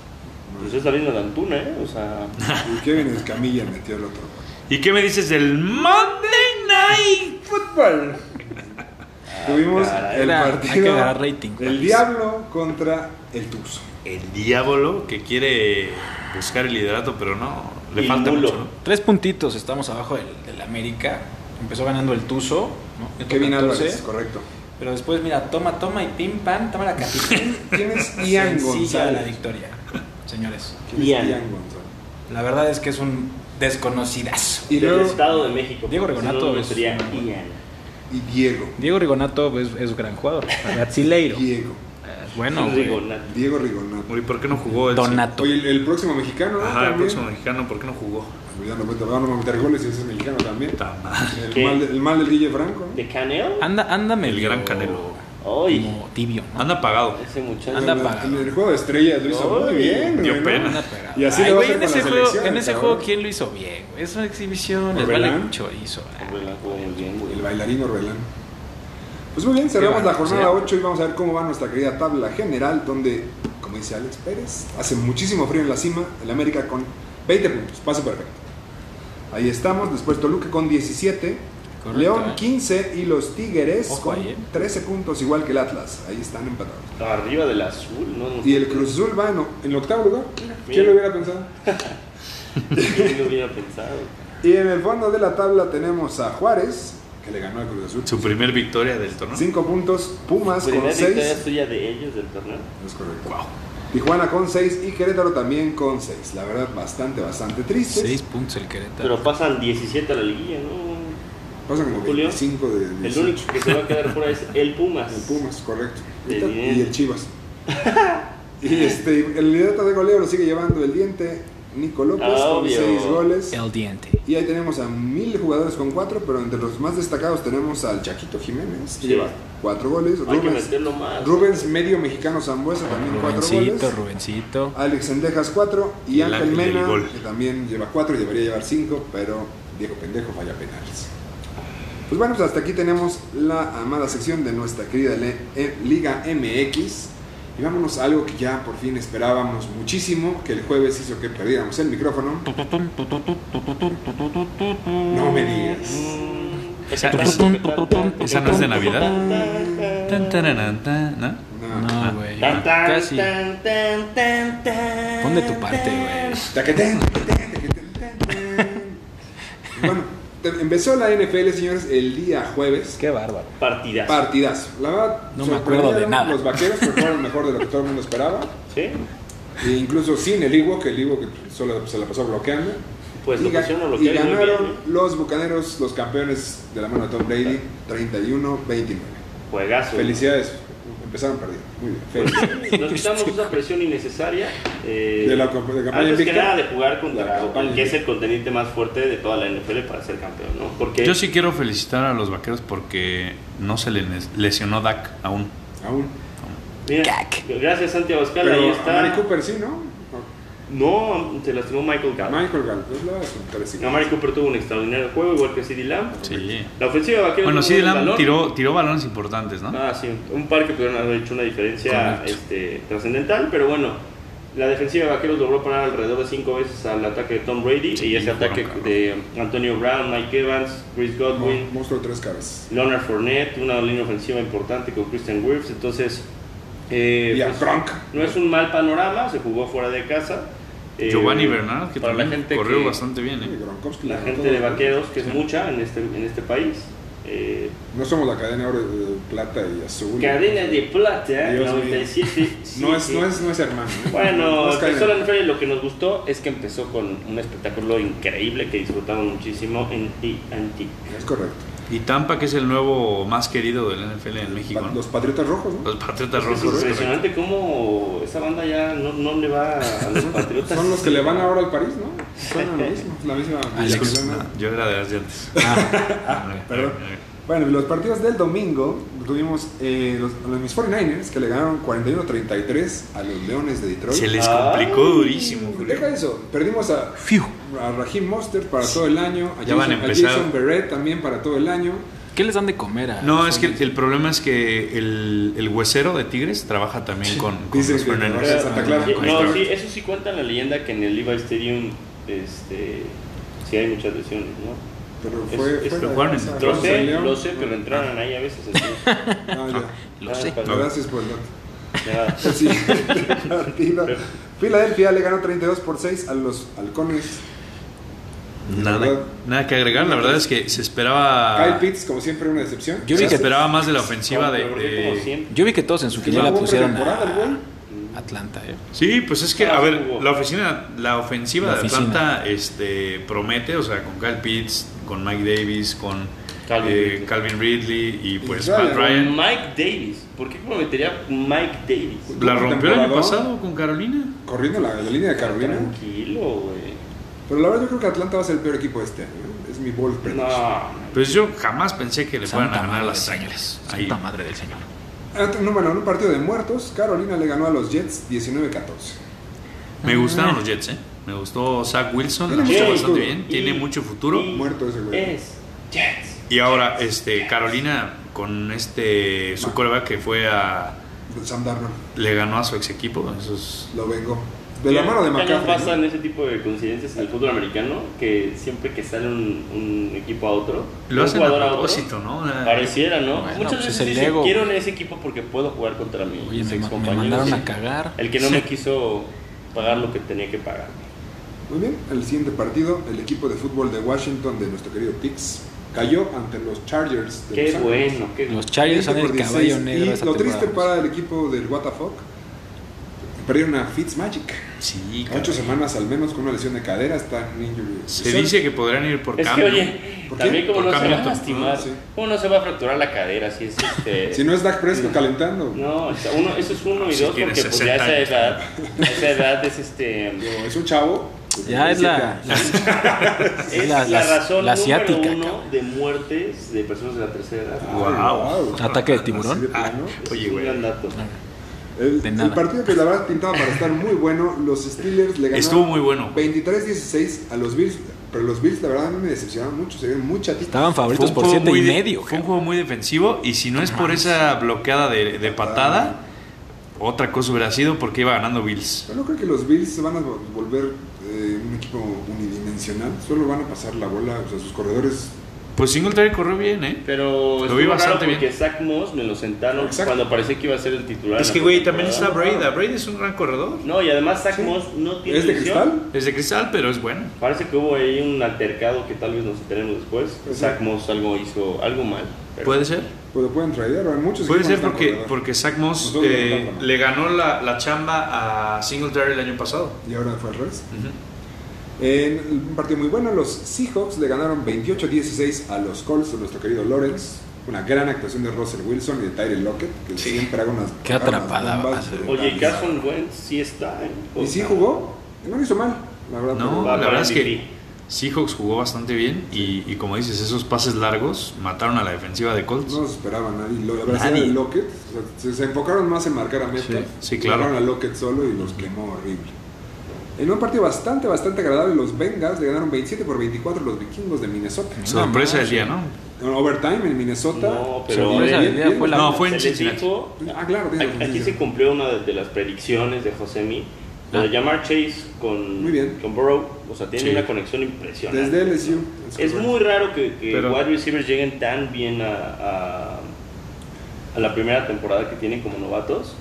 Speaker 2: Pues es la misma de Antuna, ¿eh? O sea...
Speaker 1: Y Kevin Escamilla metió el otro.
Speaker 3: ¿Y qué me dices del Monday Night Football?
Speaker 1: Tuvimos
Speaker 2: caray.
Speaker 1: el
Speaker 4: Ah, Era- hay
Speaker 1: partido.
Speaker 4: que agarrar rating.
Speaker 1: El Diablo contra el Tuzo.
Speaker 3: El diablo que quiere buscar el liderato, pero no. Le
Speaker 2: Y el
Speaker 3: falta
Speaker 2: mulo.
Speaker 3: mucho, ¿no?
Speaker 4: Tres puntitos, estamos abajo del, del América. Empezó ganando el Tuzo, ¿no?
Speaker 1: Kevin
Speaker 4: 14,
Speaker 1: Álvarez, correcto.
Speaker 4: Pero después, mira, toma, toma y pim, pam, toma la cajita.
Speaker 1: ¿Quién es Ian
Speaker 4: Sencilla la
Speaker 1: González?
Speaker 4: victoria, señores.
Speaker 1: ¿Quién es
Speaker 2: Ian.
Speaker 1: Ian González?
Speaker 4: La verdad es que es un desconocidazo.
Speaker 1: Y
Speaker 2: del
Speaker 1: luego,
Speaker 2: Estado de México.
Speaker 4: Diego
Speaker 2: porque si
Speaker 4: Regonato
Speaker 2: no, no
Speaker 4: es-
Speaker 2: sería Ian.
Speaker 1: y Diego.
Speaker 4: Diego Rigonato es, es gran jugador. Brasileiro.
Speaker 1: Diego.
Speaker 4: Bueno, güey.
Speaker 2: Rigonato.
Speaker 1: Diego Rigonato.
Speaker 3: ¿Y por qué no jugó el
Speaker 4: Donato.
Speaker 1: Oye, el, el próximo mexicano, ¿no?
Speaker 3: Ajá, el
Speaker 1: También.
Speaker 3: próximo mexicano, ¿por qué no jugó?
Speaker 1: Ya no, pues, van a meter goles y ese es mexicano también.
Speaker 3: Puta madre.
Speaker 1: El
Speaker 2: ¿Qué?
Speaker 1: mal, de- el mal del DJ Franco. ¿no?
Speaker 2: ¿De Canel?
Speaker 4: Anda, anda medio
Speaker 3: gran Canelo.
Speaker 2: Ay,
Speaker 4: Como tibio, ¿no?
Speaker 3: Anda pagado.
Speaker 2: ese muchacho...
Speaker 4: Anda
Speaker 1: En el-
Speaker 4: apagado.
Speaker 1: En el juego de estrellas lo hizo muy
Speaker 2: Ay,
Speaker 1: bien.
Speaker 3: dio
Speaker 1: güey, ¿no?
Speaker 3: pena.
Speaker 4: Anda pegado.
Speaker 1: Y así
Speaker 4: Ay,
Speaker 1: le va a hacer
Speaker 4: güey,
Speaker 1: con
Speaker 4: en ese,
Speaker 1: la
Speaker 4: juego,
Speaker 1: selección,
Speaker 4: en ese
Speaker 1: cabrón.
Speaker 4: juego, ¿quién lo hizo bien? güey? Es una exhibición, les vale
Speaker 1: ¿Orbelán?
Speaker 4: un chorizo. ah.
Speaker 2: Orbelán jugó muy bien, güey.
Speaker 1: El bailarín Orbelán. Pues muy bien, cerramos la
Speaker 4: bárbaro,
Speaker 1: jornada
Speaker 4: sí.
Speaker 1: 8 y vamos a ver cómo va nuestra querida tabla general, donde, como dice Alex Pérez. Hace muchísimo frío en la cima. El América con 20 puntos. Pase perfecto. Ahí estamos. Después Toluca con 17.
Speaker 4: Correcto,
Speaker 1: León
Speaker 4: eh.
Speaker 1: 15 y los Tigres
Speaker 4: Ojo
Speaker 1: con
Speaker 4: ahí, eh.
Speaker 1: 13 puntos igual que el Atlas. Ahí están empatados.
Speaker 2: Arriba del azul, ¿no? no
Speaker 1: Y el Cruz Azul va en, en octavo lugar. Mira, ¿Quién
Speaker 2: Mira.
Speaker 1: lo hubiera pensado?
Speaker 2: ¿Quién lo hubiera pensado?
Speaker 1: Y en el fondo de la tabla tenemos a Juárez, que le ganó al Cruz Azul.
Speaker 3: Su primer victoria del torneo.
Speaker 1: 5 puntos, Pumas con
Speaker 2: Primera victoria
Speaker 1: 6.
Speaker 2: suya de ellos del torneo.
Speaker 1: Es correcto. Tijuana con 6 y Querétaro también con 6. La verdad, bastante, bastante triste.
Speaker 4: Seis puntos el Querétaro.
Speaker 2: Pero pasan 17 a la liguilla, ¿no?
Speaker 1: Pasan como
Speaker 2: Julio,
Speaker 1: 25 de.
Speaker 2: El
Speaker 1: 18.
Speaker 2: único que se va a quedar fuera es el Pumas.
Speaker 1: El Pumas, correcto.
Speaker 2: Bien.
Speaker 1: Y el Chivas. y este, el liderato de goleo lo sigue llevando el diente Nico López con
Speaker 2: Ah, Obvio.
Speaker 1: 6 goles.
Speaker 4: El diente.
Speaker 1: Y ahí tenemos a mil jugadores con 4, pero entre los más destacados tenemos al Chaquito Jiménez, que
Speaker 2: Sí.
Speaker 1: lleva 4 goles.
Speaker 2: Hay que
Speaker 1: Rubens,
Speaker 2: meterlo más.
Speaker 1: Rubens, medio mexicano Zambuesa, también 4 goles. Ah.
Speaker 4: Rubencito, Rubencito.
Speaker 1: Alex Endejas 4 y
Speaker 3: El
Speaker 1: Ángel
Speaker 3: ángel del
Speaker 1: Mena,
Speaker 3: gol.
Speaker 1: que también lleva 4 y debería llevar 5, pero Diego Pendejo falla penales. Pues bueno, pues hasta aquí tenemos la amada sección de nuestra querida le- eh, Liga MX. Y vámonos a algo que ya por fin esperábamos muchísimo, que el jueves hizo que perdiéramos el micrófono. No me digas.
Speaker 2: Mm,
Speaker 3: Esa- esa no es de Navidad. Tan, tararán, tan, ¿no?
Speaker 1: No.
Speaker 4: No, güey.
Speaker 2: Tan, tan,
Speaker 4: Casi.
Speaker 2: tan, tan, tan, tan.
Speaker 4: Pon de tu parte, güey.
Speaker 1: Taquetén, taquetén, taquetén, taquetén. Bueno, te- empezó la NFL, señores, el día jueves.
Speaker 4: Qué bárbaro.
Speaker 2: Partidas.
Speaker 1: Partidazo. La verdad,
Speaker 4: No me acuerdo de
Speaker 1: sorprendieron
Speaker 4: nada.
Speaker 1: Los vaqueros pero fueron mejor de lo que todo el mundo esperaba.
Speaker 2: ¿Sí?
Speaker 1: E incluso sin el Iwo, que el Iwo solo se la pasó bloqueando.
Speaker 2: Pues
Speaker 1: y,
Speaker 2: lo
Speaker 1: ga-
Speaker 2: pusieron lo
Speaker 1: y
Speaker 2: que hay muy bien.
Speaker 1: ganaron
Speaker 2: ¿eh?
Speaker 1: los bucaneros, los campeones de la mano de Tom Brady, 31-29.
Speaker 2: Juegazo.
Speaker 1: Felicidades. Empezaron perdiendo. Muy bien.
Speaker 2: Pues
Speaker 1: Felicidades.
Speaker 2: Nos quitamos esa presión innecesaria. eh,
Speaker 1: De la comp- de campaña
Speaker 2: antes que
Speaker 1: invicta.
Speaker 2: nada de jugar
Speaker 1: De la
Speaker 2: contra
Speaker 1: campaña
Speaker 2: el que es el contendiente más fuerte de toda la NFL para ser campeón, ¿no? Porque
Speaker 3: Yo sí quiero felicitar a los vaqueros porque no se les lesionó Dak aún.
Speaker 1: Aún.
Speaker 2: mira,
Speaker 4: Cac.
Speaker 2: gracias Santiago Abascal, ahí
Speaker 1: Pero a
Speaker 2: está.
Speaker 1: Mari Cooper sí, ¿no? O-
Speaker 2: No, se lastimó Michael
Speaker 1: a
Speaker 2: Gallup.
Speaker 1: Michael Gallup. pues, Es la sorpresa.
Speaker 2: No, Amari Cooper tuvo un extraordinario juego, igual que CD Lamb.
Speaker 3: Sí.
Speaker 2: La ofensiva de vaqueros
Speaker 3: Bueno,
Speaker 2: tuvo
Speaker 3: sí,
Speaker 2: buen
Speaker 3: Lamb
Speaker 2: valor.
Speaker 3: tiró, tiró balones importantes, ¿no?
Speaker 2: Ah, sí, un par que pudieron haber hecho una diferencia
Speaker 3: Correcto.
Speaker 2: este, trascendental, pero bueno, la defensiva de Vaqueros logró parar alrededor de cinco veces al ataque de Tom Brady
Speaker 3: Sí,
Speaker 2: y ese
Speaker 3: fueron
Speaker 2: ataque
Speaker 3: cabrón.
Speaker 2: de Antonio Brown, Mike Evans, Chris Godwin,
Speaker 1: Mon- Monstruo de tres cabezas.
Speaker 2: Leonard Fournette, una línea ofensiva importante con Christian Wirfs, entonces eh,
Speaker 1: Y a
Speaker 2: pues,
Speaker 1: Gronk.
Speaker 2: no es un mal panorama, se jugó fuera de casa. Eh,
Speaker 3: Giovanni Bernard, que
Speaker 2: para la
Speaker 3: también
Speaker 2: gente
Speaker 3: corrió
Speaker 2: que-
Speaker 3: bastante bien, ¿eh?
Speaker 1: Gronkowski,
Speaker 2: La
Speaker 1: ¿no?
Speaker 2: gente
Speaker 1: Todo-
Speaker 2: de Vaqueros, que es mucha en este, en este país. eh,
Speaker 1: No somos la cadena ahora de eh, plata y azul.
Speaker 2: Cadena de plata,
Speaker 1: Dios mío.
Speaker 2: 97.
Speaker 1: No es, no es, no es hermano. ¿eh? No
Speaker 2: Bueno,
Speaker 1: es cadena.
Speaker 2: empezó la NFL y lo que nos gustó es que empezó con un espectáculo increíble que disfrutamos muchísimo en TNT.
Speaker 1: Es correcto.
Speaker 3: Y Tampa, que es el nuevo más querido del NFL en México.
Speaker 1: Pa-
Speaker 3: ¿no?
Speaker 1: Los Patriotas Rojos, ¿no?
Speaker 3: Los Patriotas
Speaker 2: Es
Speaker 3: Rojos. correcto.
Speaker 2: impresionante cómo esa banda ya no, no le va a los Patriotas.
Speaker 1: Son los que le van ahora al París, ¿no? Son lo mismo, la misma.
Speaker 3: Ah, Disculpa,
Speaker 1: Barcelona.
Speaker 3: yo era de las de antes.
Speaker 2: Ah,
Speaker 3: Ah,
Speaker 1: perdón. Bueno, los partidos del domingo tuvimos eh, los, los mis 49ers que le ganaron 41-33 a los Leones de Detroit. Mm,
Speaker 3: Se les complicó
Speaker 2: Ay,
Speaker 3: durísimo, Julio.
Speaker 1: Deja eso, perdimos a, a Raheem Mostert para todo el año, a
Speaker 3: Ya van
Speaker 1: Jason,
Speaker 3: a
Speaker 1: a
Speaker 3: empezar.
Speaker 1: Jason Berrett también para todo el año.
Speaker 4: ¿Qué les dan de comer a.?
Speaker 3: No, es que el problema es que el, el huesero de Tigres trabaja también con, con
Speaker 1: Dicen
Speaker 3: los
Speaker 1: que
Speaker 3: Fernández.
Speaker 1: trabaja en Santa Clara.
Speaker 2: Sí,
Speaker 3: Ahí
Speaker 2: No,
Speaker 3: está.
Speaker 2: sí, eso sí cuenta la leyenda que en el Levi Stadium este, sí hay muchas lesiones, ¿no?
Speaker 1: Pero
Speaker 2: Es-
Speaker 1: fue.
Speaker 2: es-
Speaker 1: fue
Speaker 3: lo
Speaker 1: la-
Speaker 3: jugaron en
Speaker 1: esa-
Speaker 2: Lo
Speaker 3: Detroit.
Speaker 1: León.
Speaker 2: sé, lo sé, pero entraron ahí a veces. entonces,
Speaker 1: Ah, ya.
Speaker 4: Lo sé.
Speaker 2: para-
Speaker 1: Gracias por el dato.
Speaker 2: ya.
Speaker 1: El siguiente partido. Filadelfia le ganó 32 por 6 a los halcones.
Speaker 3: Nada, nada que agregar, la verdad es que se esperaba.
Speaker 1: Kyle Pitts, como siempre, una decepción.
Speaker 4: Yo
Speaker 3: Se
Speaker 4: vi que-
Speaker 3: esperaba más de la ofensiva de. eh,
Speaker 2: Pero ¿por qué como
Speaker 3: de-
Speaker 2: siempre.
Speaker 4: Yo vi que todos en su
Speaker 1: Que
Speaker 4: quiniela
Speaker 1: no jugó
Speaker 4: pusieron
Speaker 1: pretemporada, el güey.
Speaker 4: a Atlanta, ¿eh?
Speaker 3: Sí, pues es que, a
Speaker 2: Ah,
Speaker 3: ver,
Speaker 2: jugó.
Speaker 3: la oficina, la ofensiva
Speaker 4: La
Speaker 3: de
Speaker 4: oficina.
Speaker 3: Atlanta este, promete, o sea, con Kyle Pitts, con Mike Davis, con
Speaker 2: Calvin
Speaker 3: eh,
Speaker 2: Ridley.
Speaker 3: Calvin Ridley y pues
Speaker 1: Ryan.
Speaker 3: Pat Ryan.
Speaker 2: Mike Davis. ¿Por qué prometería Mike Davis?
Speaker 3: La rompió el año
Speaker 1: Temporada.
Speaker 3: pasado con Carolina.
Speaker 1: Corriendo la, la línea de Carolina.
Speaker 2: Tranquilo, güey.
Speaker 1: Pero la verdad, yo creo que Atlanta va a ser el peor equipo este año. ¿eh? Es mi bold prediction.
Speaker 2: No.
Speaker 3: Pues yo jamás pensé que le fueran a ganar
Speaker 4: madre
Speaker 3: las
Speaker 4: del
Speaker 3: Águilas.
Speaker 4: Señor.
Speaker 3: Ahí.
Speaker 4: Santa madre del señor.
Speaker 1: Ah, no, bueno, en un partido de muertos, Carolina le ganó a los Jets 19-14.
Speaker 3: Me gustaron los Jets, ¿eh? Me gustó Zach Wilson,
Speaker 1: Tiene
Speaker 3: la
Speaker 1: mucho
Speaker 3: puso bastante
Speaker 1: futuro.
Speaker 3: bien, tiene
Speaker 2: Y-
Speaker 3: mucho futuro.
Speaker 2: y
Speaker 1: pues, Muerto ese güey.
Speaker 2: Es Jets.
Speaker 3: Y ahora, este, Carolina, con este, su coreback que fue a,
Speaker 1: Pues, Sam Darnold.
Speaker 3: Le ganó a su ex equipo. Eso es-
Speaker 1: Lo vengo. De la mano de
Speaker 2: También
Speaker 1: McCaffrey.
Speaker 2: pasan ese tipo de coincidencias en el fútbol americano que siempre que sale un, un equipo a otro,
Speaker 3: Lo
Speaker 2: un
Speaker 3: hacen a
Speaker 2: jugador otro,
Speaker 3: propósito, ¿no? Eh,
Speaker 2: Pareciera, ¿no?
Speaker 4: Bueno,
Speaker 2: Muchas
Speaker 4: pues
Speaker 2: veces
Speaker 4: es el
Speaker 2: dicen,
Speaker 4: ego,
Speaker 2: quiero
Speaker 4: güey.
Speaker 2: en ese equipo porque puedo jugar contra mi
Speaker 4: Oye, me, ma- me
Speaker 2: compañeros.
Speaker 4: mandaron a cagar.
Speaker 2: El que no me quiso pagar lo que tenía que pagar.
Speaker 1: ¿no? Muy bien. El siguiente partido, el equipo de fútbol de Washington de nuestro querido Tix cayó ante los Chargers. De
Speaker 2: Qué
Speaker 1: Los Ángeles.
Speaker 2: bueno, qué
Speaker 4: Los Chargers son
Speaker 1: 20 por
Speaker 4: el caballo
Speaker 1: 16.
Speaker 4: negro de
Speaker 1: Y
Speaker 4: esa
Speaker 1: lo triste
Speaker 4: temporada.
Speaker 1: para el equipo del WTF, perdieron a Fitzmagic.
Speaker 3: Sí, caray.
Speaker 1: Ocho semanas al menos con una lesión de cadera, está en injury.
Speaker 3: Se dice que podrían ir por
Speaker 2: Es que,
Speaker 3: cambio.
Speaker 2: oye,
Speaker 1: ¿Por qué?
Speaker 2: también como
Speaker 3: Por
Speaker 2: no se
Speaker 3: cambio,
Speaker 2: va a
Speaker 3: tú-
Speaker 2: lastimar,
Speaker 1: ah, sí.
Speaker 2: uno se va a fracturar la cadera si es este...
Speaker 1: Si no es Dak Prescott calentando.
Speaker 2: No, o sea, uno, eso es uno y
Speaker 3: Si
Speaker 2: dos
Speaker 3: tiene
Speaker 2: porque pues ya a
Speaker 3: 60
Speaker 2: esa
Speaker 3: años.
Speaker 2: edad, a esa edad es este...
Speaker 1: Digo, Es un chavo. de
Speaker 4: Ya es la,
Speaker 1: 27
Speaker 4: la-
Speaker 1: años.
Speaker 2: Es la,
Speaker 4: la- la-
Speaker 2: razón
Speaker 4: la
Speaker 2: número
Speaker 4: asiática,
Speaker 2: uno
Speaker 4: cabrón.
Speaker 2: de muertes de personas de la tercera edad.
Speaker 1: Ay,
Speaker 3: Wow.
Speaker 1: wow.
Speaker 4: ataque de
Speaker 1: Así de
Speaker 4: tiburón.
Speaker 1: plano.
Speaker 2: Ese
Speaker 3: Ah, Oye,
Speaker 2: es un
Speaker 3: güey.
Speaker 2: gran dato.
Speaker 1: El,
Speaker 4: De
Speaker 1: el
Speaker 4: nada.
Speaker 1: partido que la verdad pintaba para estar muy bueno, los Steelers le ganaron
Speaker 3: Estuvo muy bueno.
Speaker 1: 23-16 a los Bills, pero los Bills la verdad me decepcionaron mucho, se vieron muy chatitos.
Speaker 4: Estaban favoritos
Speaker 3: un
Speaker 4: por
Speaker 3: juego
Speaker 4: siete
Speaker 3: muy
Speaker 4: y
Speaker 3: de-
Speaker 4: medio.
Speaker 3: Fue un
Speaker 4: cabrón.
Speaker 3: juego muy defensivo y si no es por esa bloqueada de, de patada, otra cosa hubiera sido porque iba ganando Bills.
Speaker 1: Yo no creo que los Bills se van a vol- volver eh, un equipo unidimensional, solo van a pasar la bola, o sea, sus corredores.
Speaker 3: Pues Singletary corrió bien, ¿eh?
Speaker 2: Pero
Speaker 3: Lo vi
Speaker 2: estuvo
Speaker 3: bastante
Speaker 2: raro porque
Speaker 3: bien.
Speaker 2: Zach Moss me lo sentaron
Speaker 1: Exacto.
Speaker 2: cuando parecía que iba a ser el titular.
Speaker 3: Es
Speaker 2: en
Speaker 3: que,
Speaker 2: la
Speaker 3: güey, también está
Speaker 2: temporada.
Speaker 3: Brady. Brady es un gran corredor.
Speaker 2: No, y además Zach
Speaker 1: Sí.
Speaker 2: Moss no tiene
Speaker 1: ¿Es de
Speaker 2: lesión.
Speaker 1: cristal?
Speaker 3: Es de cristal, pero es bueno.
Speaker 2: Parece que hubo ahí un altercado que tal vez nos enteremos después.
Speaker 1: Pues sí.
Speaker 2: Zach Moss algo hizo, algo mal. pero-
Speaker 3: Puede ser.
Speaker 1: Pues lo pueden traer, hay muchos
Speaker 3: Puede
Speaker 1: equipos
Speaker 3: ser
Speaker 1: que
Speaker 3: porque,
Speaker 1: están corredores.
Speaker 3: porque Zach Moss
Speaker 1: Nosotros
Speaker 3: eh,
Speaker 1: no estamos.
Speaker 3: le ganó la, la chamba a Singletary el año pasado.
Speaker 1: Y ahora fue al revés.
Speaker 3: Ujú.
Speaker 1: En un partido muy bueno, los Seahawks le ganaron 28-16 a los Colts de nuestro querido Lawrence. Una gran actuación de Russell Wilson y de Tyrell Lockett, que
Speaker 3: Sí.
Speaker 1: siempre haga unas.
Speaker 4: Qué atrapada
Speaker 1: unas bombas
Speaker 4: va a ser.
Speaker 2: Oye, y Carson Wentz sí está. ¿eh? O
Speaker 1: ¿Y sí
Speaker 2: sea,
Speaker 1: jugó? No lo hizo mal, la verdad.
Speaker 3: No,
Speaker 2: Va
Speaker 3: la
Speaker 2: para
Speaker 3: verdad es que
Speaker 2: MVP.
Speaker 3: Seahawks jugó bastante bien y, y como dices, esos pases largos mataron a la defensiva de Colts.
Speaker 1: No se esperaba nadie. Lo- La verdad
Speaker 3: Nadie.
Speaker 1: era de Lockett. o sea, se, se enfocaron más en marcar a Metcalf.
Speaker 3: Sí, sí, claro.
Speaker 1: Dejaron a Lockett solo y los quemó horrible. En un partido bastante, bastante agradable, los Bengals le ganaron 27 por 24 a los vikingos de Minnesota.
Speaker 3: Sorpresa del día, ¿no?
Speaker 1: En overtime en Minnesota.
Speaker 2: No, pero
Speaker 4: Sorpresa
Speaker 1: bien,
Speaker 4: del día
Speaker 1: bien.
Speaker 4: fue la-
Speaker 3: No, fue en
Speaker 2: se les
Speaker 3: Cincinnati.
Speaker 2: dijo-
Speaker 1: Ah, claro, tiene
Speaker 2: Aquí,
Speaker 1: razón,
Speaker 2: aquí
Speaker 1: sí,
Speaker 2: se
Speaker 1: sí.
Speaker 2: cumplió una de, de las predicciones de Josemi. Lo de llamar Chase con,
Speaker 1: Muy bien.
Speaker 2: con Burrow, o sea, tiene
Speaker 3: Ah. Sí.
Speaker 2: una conexión impresionante.
Speaker 1: Desde LSU.
Speaker 2: Es
Speaker 1: correcto.
Speaker 2: muy raro que, que
Speaker 3: Pero-
Speaker 2: wide receivers lleguen tan bien a, a, a la primera temporada que tienen como novatos.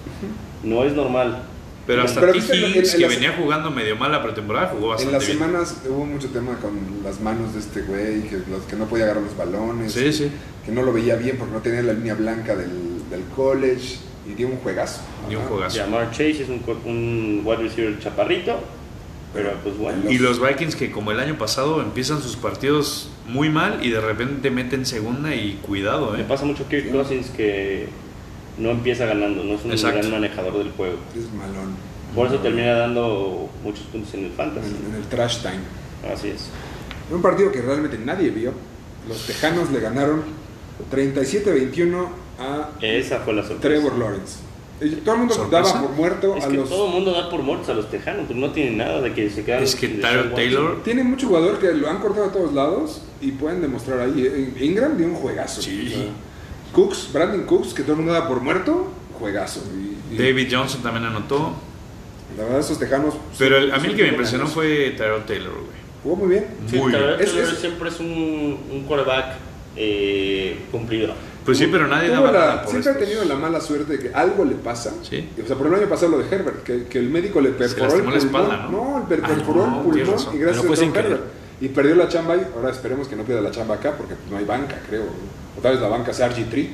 Speaker 2: No es normal.
Speaker 3: Pero hasta
Speaker 1: Pero
Speaker 3: T.
Speaker 1: viste, en- en
Speaker 3: Higgins, que
Speaker 1: la-
Speaker 3: venía jugando medio mal la pretemporada, jugó
Speaker 1: En
Speaker 3: bastante
Speaker 1: las
Speaker 3: bien.
Speaker 1: semanas hubo mucho tema con las manos de este güey, que, los, que no podía agarrar los balones,
Speaker 3: Sí, sí.
Speaker 1: que no lo veía bien porque no tenía la línea blanca del, del college y dio un juegazo.
Speaker 3: Dio un
Speaker 1: Ajá.
Speaker 3: juegazo.
Speaker 2: Llamar Chase es un, cor- un wide receiver chaparrito, pero pues bueno.
Speaker 3: Y los Vikings que como el año pasado empiezan sus partidos muy mal y de repente meten segunda y cuidado,
Speaker 2: Me
Speaker 3: ¿eh?
Speaker 2: pasa mucho Kirk Cousins que no empieza ganando, no es un
Speaker 3: Exacto.
Speaker 2: gran manejador del juego.
Speaker 1: Es malón.
Speaker 2: Por eso termina dando muchos puntos en el fantasy.
Speaker 1: En, en el trash time.
Speaker 2: Así es.
Speaker 1: Un partido que realmente nadie vio. Los Tejanos le ganaron 37-21 a
Speaker 2: Esa fue la sorpresa.
Speaker 1: Trevor Lawrence. Y todo el mundo
Speaker 3: ¿Sorpresa?
Speaker 1: daba por muerto
Speaker 2: Es
Speaker 1: a
Speaker 2: que
Speaker 1: los...
Speaker 2: todo el mundo da por muertos a los tejanos, pues no tienen nada de que se quedan.
Speaker 3: Es que
Speaker 2: sin
Speaker 3: Tyler
Speaker 2: Deshaun
Speaker 3: Taylor...
Speaker 1: Tiene mucho jugador que lo han cortado a todos lados y pueden demostrar ahí. E-, Ingram dio un juegazo.
Speaker 3: Sí.
Speaker 1: Cooks, Brandon Cooks, que todo el mundo da por muerto, juegazo. Y- y
Speaker 3: David Johnson también anotó.
Speaker 1: La verdad, esos tejanos.
Speaker 3: Pero
Speaker 1: son-
Speaker 3: el- a mí
Speaker 1: son
Speaker 3: el que me
Speaker 1: muy
Speaker 3: impresionó
Speaker 1: buenos.
Speaker 3: fue Tyrod Taylor, güey.
Speaker 1: Jugó muy bien.
Speaker 2: Sí,
Speaker 3: Muy
Speaker 2: Tyler
Speaker 3: bien.
Speaker 2: Taylor
Speaker 1: Es- es-
Speaker 2: siempre es un, un quarterback eh, cumplido.
Speaker 3: Pues sí, pero nadie
Speaker 1: Tuvo
Speaker 3: daba
Speaker 1: la-
Speaker 3: nada por
Speaker 1: siempre ha
Speaker 3: estos.
Speaker 1: tenido la mala suerte de que algo le pasa.
Speaker 3: Sí.
Speaker 1: O sea, por el año pasado lo de Herbert, que, que el médico le perforó el
Speaker 3: lastimó
Speaker 1: pulmón.
Speaker 3: la espalda, ¿no?
Speaker 1: el per-
Speaker 3: Ah, no,
Speaker 1: perforó el pulmón
Speaker 3: tienes razón.
Speaker 1: y gracias
Speaker 4: Pero
Speaker 1: a Tom
Speaker 4: fue sin querer.
Speaker 1: Herbert. Y perdió la chamba ahí. Ahora esperemos que no pierda la chamba acá porque no hay banca, creo. O tal vez la banca sea RG3.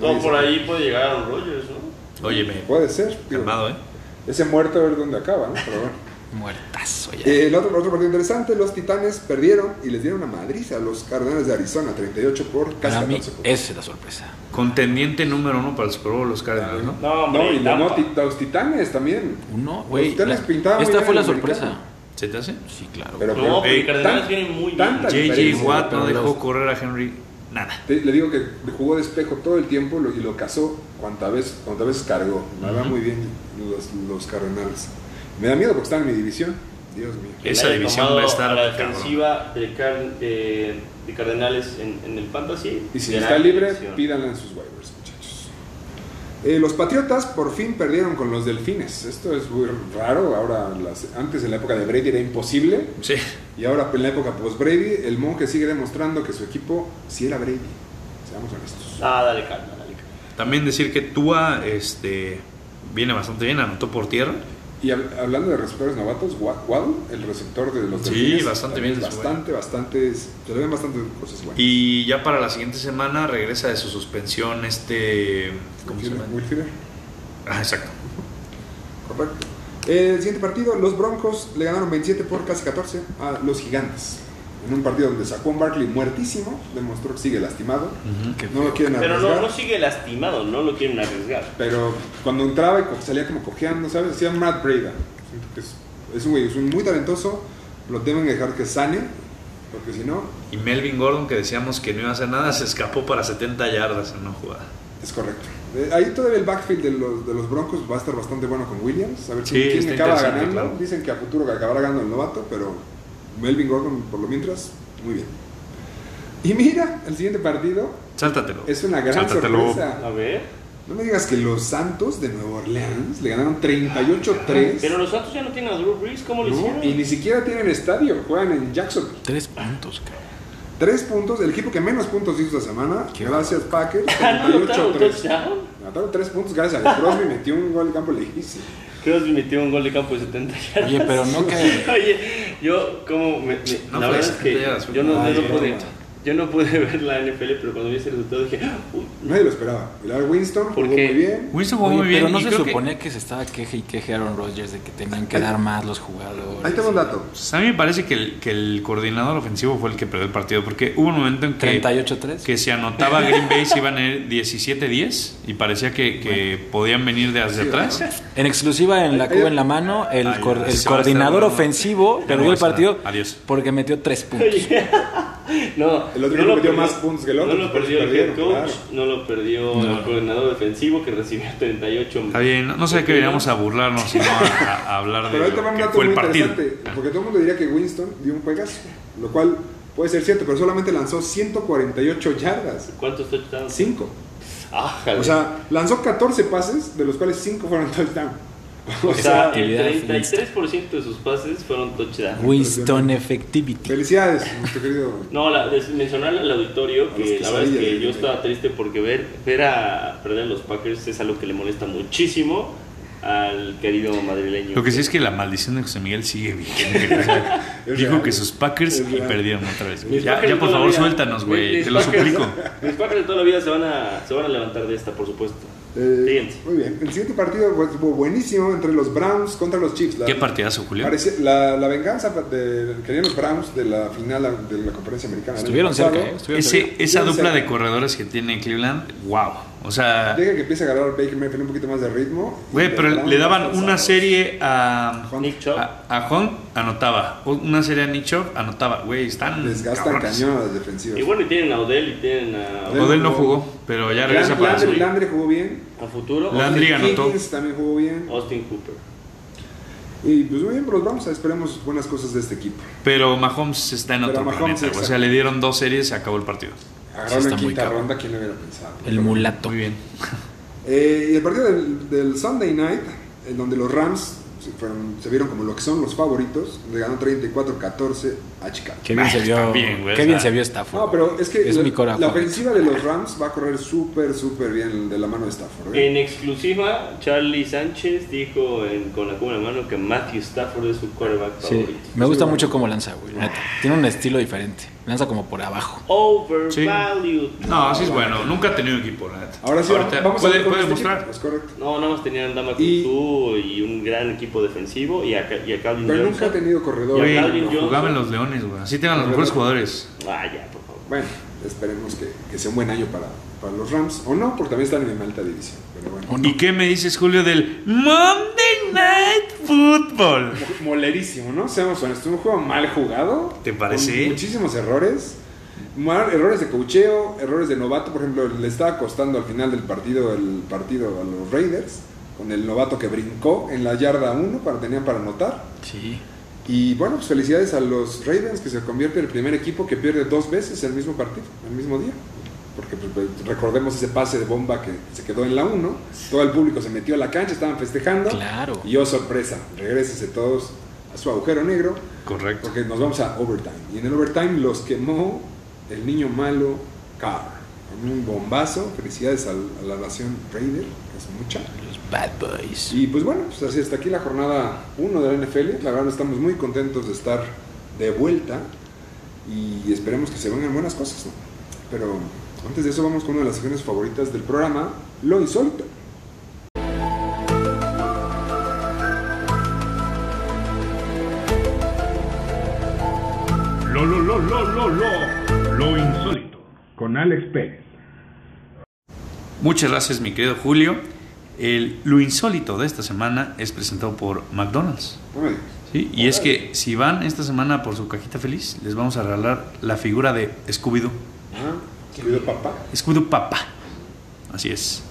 Speaker 2: No,
Speaker 1: Nadie
Speaker 2: por
Speaker 1: sabe.
Speaker 2: ahí puede llegar Aaron Rodgers, ¿no?
Speaker 3: Oye, me...
Speaker 1: Puede ser. digo,
Speaker 3: Calmado, ¿eh?
Speaker 1: Ese muerto a ver dónde acaba, ¿no? Pero bueno.
Speaker 4: Muertazo ya.
Speaker 1: Eh, El otro, otro partido interesante, los Titanes perdieron y les dieron una madriza a los Cardenales de Arizona, 38 por casi
Speaker 4: Para mí,
Speaker 1: 14 puntos.
Speaker 4: esa es la sorpresa.
Speaker 3: Contendiente número uno para el Super Bowl, los Cardinals, ¿no?
Speaker 2: No, hombre,
Speaker 1: No, y
Speaker 2: Tampa.
Speaker 1: ganó ti- los Titanes también.
Speaker 4: Uno, güey.
Speaker 1: Los Titanes
Speaker 4: la-
Speaker 1: pintaban muy
Speaker 4: Esta
Speaker 1: bien
Speaker 4: fue
Speaker 1: en
Speaker 4: la
Speaker 1: el
Speaker 4: sorpresa.
Speaker 1: americano.
Speaker 3: ¿Se te hace?
Speaker 4: Sí, claro.
Speaker 1: Pero,
Speaker 2: No,
Speaker 1: pero-
Speaker 2: porque Cardenales
Speaker 1: tan-
Speaker 2: vienen muy bien.
Speaker 1: tanta
Speaker 3: J.J.
Speaker 1: diferencia,
Speaker 3: Watt
Speaker 1: pero
Speaker 3: no dejó
Speaker 1: los-
Speaker 3: correr a Henry nada.
Speaker 1: te- le digo que jugó despejo todo el tiempo lo- y lo cazó cuantas veces cuanta vez cargó. Me va muy bien los, los Cardenales. Me da miedo porque están en mi división. Dios mío.
Speaker 2: Que
Speaker 3: Esa
Speaker 2: le haya
Speaker 3: división
Speaker 2: tomado
Speaker 3: va a estar
Speaker 2: la
Speaker 3: cabrón.
Speaker 2: defensiva de, Car- de- de Cardenales en, en el fantasy.
Speaker 1: Y si
Speaker 2: Gran
Speaker 1: está libre,
Speaker 2: elección.
Speaker 1: pídanla en sus waivers, muchachos. Eh, los Patriotas por fin perdieron con los Delfines. Esto es muy raro. Ahora, las- antes en la época de Brady era imposible.
Speaker 3: Sí.
Speaker 1: Y ahora en la época post-Brady, el monje sigue demostrando que su equipo sí era Brady. Seamos honestos.
Speaker 2: Ah, dale calma, dale calma.
Speaker 3: También decir que Tua este, viene bastante bien, anotó por tierra.
Speaker 1: Y hab- hablando de receptores novatos, Wa- Waddle, el receptor de los
Speaker 3: Sí,
Speaker 1: Delfines,
Speaker 3: bastante
Speaker 1: también
Speaker 3: bien es
Speaker 1: Bastante, bastante. Se le ven bastantes cosas buenas.
Speaker 3: Y ya para la siguiente semana regresa de su suspensión este... ¿Cómo se
Speaker 1: Will-
Speaker 3: llama?
Speaker 1: Will Fuller.
Speaker 3: Ah, exacto.
Speaker 1: Correcto. El siguiente partido, los Broncos le ganaron 27 por casi 14 a los Gigantes. En un partido donde Saquon Barkley muertísimo, demostró que sigue lastimado.
Speaker 4: Qué
Speaker 1: No lo quieren
Speaker 2: Pero
Speaker 1: arriesgar.
Speaker 2: no, no sigue lastimado, no lo quieren arriesgar.
Speaker 1: Pero cuando entraba y co- salía como cojeando, ¿sabes? Hacía Matt Breda. Siento que es, es un güey es un muy talentoso. Lo deben dejar que sane, porque si no,
Speaker 3: Y Melvin Gordon, que decíamos que no iba a hacer nada, se escapó para 70 yardas en una jugada.
Speaker 1: es correcto. Eh, Ahí todavía el backfield de los, de los Broncos va a estar bastante bueno con Williams. A ver
Speaker 3: Sí,
Speaker 1: quién-
Speaker 3: está
Speaker 1: quién acaba
Speaker 3: interesante,
Speaker 1: ganando.
Speaker 3: claro.
Speaker 1: Dicen que a futuro acabará ganando el novato, pero Melvin Gordon, por lo mientras, muy bien. Y mira, el siguiente partido
Speaker 3: Sáltatelo.
Speaker 1: es una gran
Speaker 3: Sáltatelo.
Speaker 1: sorpresa.
Speaker 2: A ver.
Speaker 1: No me digas que los Santos de Nueva Orleans le ganaron 38-3.
Speaker 2: Pero los Santos ya no tienen a Drew Brees, ¿cómo lo
Speaker 1: No,
Speaker 2: hicieron?
Speaker 1: y ni siquiera tienen estadio, juegan en Jacksonville.
Speaker 4: Tres puntos, cabrón.
Speaker 1: Tres puntos, el equipo que menos puntos hizo esta semana.
Speaker 4: Qué
Speaker 1: gracias, Packers.
Speaker 2: Ah, ¿no anotaron
Speaker 1: 38-3.
Speaker 2: touchdown?
Speaker 1: Anotaron tres puntos gracias a que Crosby metió un gol de campo lejísimo.
Speaker 2: Crosby metió un gol de campo de 70 yardas.
Speaker 4: Oye, pero no que.
Speaker 2: Oye, yo como me- me-
Speaker 3: No
Speaker 2: la
Speaker 3: fue
Speaker 2: verdad es
Speaker 3: 70
Speaker 2: que
Speaker 3: yardas, fue
Speaker 2: yo no,
Speaker 3: como
Speaker 2: yo no
Speaker 3: diez.
Speaker 2: pude, yo no pude ver la NFL, pero cuando vi ese resultado dije, "Ah, uy,
Speaker 1: Nadie lo esperaba. Pilar Winston jugó
Speaker 2: ¿Por qué?
Speaker 1: muy bien.
Speaker 3: Wilson jugó
Speaker 4: Oye,
Speaker 3: muy bien.
Speaker 4: pero no
Speaker 3: y
Speaker 4: se
Speaker 3: creo que-
Speaker 4: suponía que... se estaba queje y queje Aaron Rodgers de que tenían que
Speaker 1: Ahí-
Speaker 4: dar más los jugadores.
Speaker 1: Ahí tengo un dato.
Speaker 3: Pues a mí me parece que el, que el coordinador ofensivo fue el que perdió el partido, porque hubo un momento en que,
Speaker 4: 38-3.
Speaker 3: que se anotaba Green Bay, se iban a ir 17-10 y parecía que, que podían venir de hacia
Speaker 1: Sí,
Speaker 3: atrás.
Speaker 4: En exclusiva en la
Speaker 1: Ahí-
Speaker 4: cuba en la mano, el,
Speaker 3: Ahí-
Speaker 4: cor- el
Speaker 3: se va a
Speaker 4: coordinador
Speaker 3: estar-
Speaker 4: ofensivo
Speaker 3: Ya no
Speaker 4: perdió
Speaker 3: va a
Speaker 4: el partido
Speaker 3: estar. Adiós.
Speaker 4: porque metió tres puntos.
Speaker 2: no.
Speaker 1: El otro
Speaker 2: no
Speaker 1: no
Speaker 2: lo
Speaker 1: metió más puntos que el otro,
Speaker 2: No lo
Speaker 1: por eso
Speaker 2: perdió el head
Speaker 1: perdieron,
Speaker 2: coach,
Speaker 1: claro.
Speaker 2: no lo perdió el coordinador defensivo que recibió 38.
Speaker 3: Está bien, no, no sé de qué veníamos a burlarnos, sino a, a- a hablar de
Speaker 1: Pero ahí te va
Speaker 3: lo
Speaker 1: un
Speaker 3: que
Speaker 1: dato
Speaker 3: fue
Speaker 1: muy
Speaker 3: el partido.
Speaker 1: interesante. Porque todo el mundo diría que Winston dio un juegazo. Lo cual puede ser cierto, pero solamente lanzó 148 yardas.
Speaker 2: ¿Cuántos touchdowns?
Speaker 1: 5.
Speaker 2: Ah, jale.
Speaker 1: O sea, lanzó 14 pases, de los cuales 5 fueron touchdown.
Speaker 2: O sea, el
Speaker 4: actividad
Speaker 2: 33% de sus pases fueron touchdowns.
Speaker 4: Winston Effectivity.
Speaker 1: Felicidades, nuestro querido.
Speaker 2: No, la, des- mencionarle al auditorio
Speaker 1: A los
Speaker 2: que
Speaker 1: que
Speaker 2: la verdad es
Speaker 1: sabían,
Speaker 2: que yo
Speaker 1: ¿no?
Speaker 2: estaba triste porque ver, ver a perder a los Packers es algo que le molesta muchísimo al querido madrileño.
Speaker 3: Lo que sí es que la maldición de José Miguel sigue vigente. O sea,
Speaker 1: Es
Speaker 3: Dijo
Speaker 1: real.
Speaker 3: que sus Packers
Speaker 1: Es
Speaker 3: y
Speaker 1: real.
Speaker 3: perdieron otra vez.
Speaker 2: Mis
Speaker 3: Ya,
Speaker 2: Packers
Speaker 3: ya, por
Speaker 2: toda la
Speaker 3: favor,
Speaker 2: vida-
Speaker 3: suéltanos, güey.
Speaker 2: mis
Speaker 3: Te lo
Speaker 2: Packers-
Speaker 3: suplico.
Speaker 2: Mis Packers toda la vida se van a, se van a levantar de esta, por supuesto.
Speaker 1: Eh,
Speaker 2: Fíjense.
Speaker 1: muy bien. El siguiente partido pues, estuvo buenísimo entre los Browns contra los Chiefs. La,
Speaker 3: ¿Qué partidazo, Julio?
Speaker 1: parecía- la, la venganza de, que tenían los Browns de la final de la conferencia americana. del
Speaker 4: Estuvieron
Speaker 1: año pasado.
Speaker 4: cerca, ¿eh? Estuvieron cerca.
Speaker 3: Ese, esa
Speaker 1: Yo
Speaker 3: dupla
Speaker 1: sé.
Speaker 3: de corredores que tiene Cleveland, wow. O sea,
Speaker 1: Deja que empiece a agarrar Baker Mayfield un poquito más de ritmo.
Speaker 3: güey,
Speaker 1: Y
Speaker 3: pero
Speaker 1: los
Speaker 3: le
Speaker 1: Browns
Speaker 3: daban
Speaker 1: pasaron.
Speaker 3: una serie a,
Speaker 1: Juan-
Speaker 2: Nick Chubb.
Speaker 3: a, a Hong, anotaba. Una serie a Nichov, anotaba. Güey, están.
Speaker 1: Desgastan
Speaker 3: cabrones.
Speaker 1: cañón a las
Speaker 2: Y
Speaker 1: defensivas.
Speaker 2: bueno, y tienen a Odell y tienen a,
Speaker 3: Odell no jugó, pero ya regresa
Speaker 1: Land-
Speaker 3: para
Speaker 1: Landry,
Speaker 3: su.
Speaker 1: Landry jugó bien.
Speaker 2: a futuro.
Speaker 3: Landry anotó.
Speaker 1: Higgins también jugó bien.
Speaker 2: Austin Cooper.
Speaker 1: Y pues muy bien por los Browns. Esperemos buenas cosas de este equipo.
Speaker 3: Pero Mahomes está en
Speaker 1: Pero
Speaker 3: otro
Speaker 1: Mahomes,
Speaker 3: planeta. güey. O sea,
Speaker 1: exacto.
Speaker 3: le dieron dos series y se acabó el partido.
Speaker 1: Agarraron
Speaker 4: Sí,
Speaker 1: en
Speaker 4: está muy
Speaker 1: quinta
Speaker 4: cabrón.
Speaker 1: ronda. ¿Quién lo hubiera pensado?
Speaker 4: El mulato.
Speaker 3: Muy bien.
Speaker 1: Eh, y el partido del, del Sunday Night, en donde los Rams se, fueron- se vieron como lo que son los favoritos, le ganó 34-14 a Chicago.
Speaker 4: Qué bien
Speaker 3: Ay,
Speaker 4: se vio.
Speaker 3: está bien, güey,
Speaker 4: qué
Speaker 3: o
Speaker 4: bien
Speaker 3: sea.
Speaker 4: se vio Stafford.
Speaker 1: No, pero es que
Speaker 4: Es
Speaker 1: la,
Speaker 4: mi cora
Speaker 1: la
Speaker 4: favorita.
Speaker 1: ofensiva de los Rams va a correr súper, súper bien de la mano de Stafford. ¿eh?
Speaker 2: En exclusiva, Charlie Sánchez dijo en- con la cuba en la mano que Matthew Stafford es su quarterback
Speaker 4: Sí.
Speaker 2: favorito.
Speaker 4: Me gusta
Speaker 1: Sí,
Speaker 4: mucho cómo lanza, güey. neta. Tiene un estilo diferente. Lanza como por abajo.
Speaker 2: Overvalued.
Speaker 3: No, sí es bueno. Nunca ha tenido equipo, la neta.
Speaker 1: Ahora sí,
Speaker 3: Ahorita
Speaker 1: vamos a
Speaker 3: puede,
Speaker 1: ver cómo
Speaker 3: puede
Speaker 1: es este
Speaker 3: mostrar.
Speaker 1: equipo, Es correcto.
Speaker 2: No, nada más tenían Dama
Speaker 1: Y-
Speaker 2: Coutu y un gran equipo defensivo y a, Ca- y a Calvin
Speaker 1: Pero nunca
Speaker 2: Johnson.
Speaker 1: ha tenido corredor.
Speaker 2: Y a
Speaker 3: Güey,
Speaker 2: Calvin Johnson.
Speaker 3: jugaba en los Leones, güey. Así tienen los
Speaker 1: Pero-
Speaker 3: mejores jugadores.
Speaker 2: Ah, ya, por favor.
Speaker 1: Bueno, esperemos que, que sea un buen año para, para los Rams. O no, porque también están en alta división. Pero bueno.
Speaker 3: ¿Y qué me dices, Julio, del Monday Night Football?
Speaker 1: Molerísimo, ¿no? Seamos honestos. Un juego mal jugado.
Speaker 3: ¿Te parece?
Speaker 1: Con muchísimos errores. Mal- errores de cocheo, errores de novato. Por ejemplo, le estaba costando al final del partido el partido a los Raiders. Con el novato que brincó en la yarda 1 para tenían para anotar.
Speaker 4: Sí.
Speaker 1: Y bueno, pues felicidades a los Ravens que se convierte en el primer equipo que pierde dos veces el mismo partido, el mismo día. porque pues, pues, recordemos ese pase de bomba que se quedó en la 1, todo el público se metió a la cancha, estaban festejando,
Speaker 4: Claro.
Speaker 1: y yo sorpresa, regrésense todos a su agujero negro,
Speaker 3: Correcto.
Speaker 1: porque nos vamos a overtime, y en el overtime los quemó el niño malo Carr, con un bombazo, felicidades al- a, la nación Raider, que es mucha,
Speaker 4: Los Bad Boys.
Speaker 1: y pues bueno, pues así hasta aquí la jornada 1 de la NFL. La verdad estamos muy contentos de estar de vuelta y esperemos que se vengan buenas cosas, ¿no? Pero antes de eso vamos con una de las secciones favoritas del programa, Lo Insólito.
Speaker 5: Lo, lo, lo, lo, lo, lo, lo insólito. Con Alex Pérez.
Speaker 3: Muchas gracias, mi querido Julio. El, lo insólito de esta semana es presentado por McDonald's.
Speaker 1: No me digas.
Speaker 3: ¿sí? Y es que si van esta semana por su cajita feliz, les vamos a regalar la figura de Scooby-Doo.
Speaker 1: Ah, querido papá.
Speaker 3: Scooby-Doo Papá. Así es.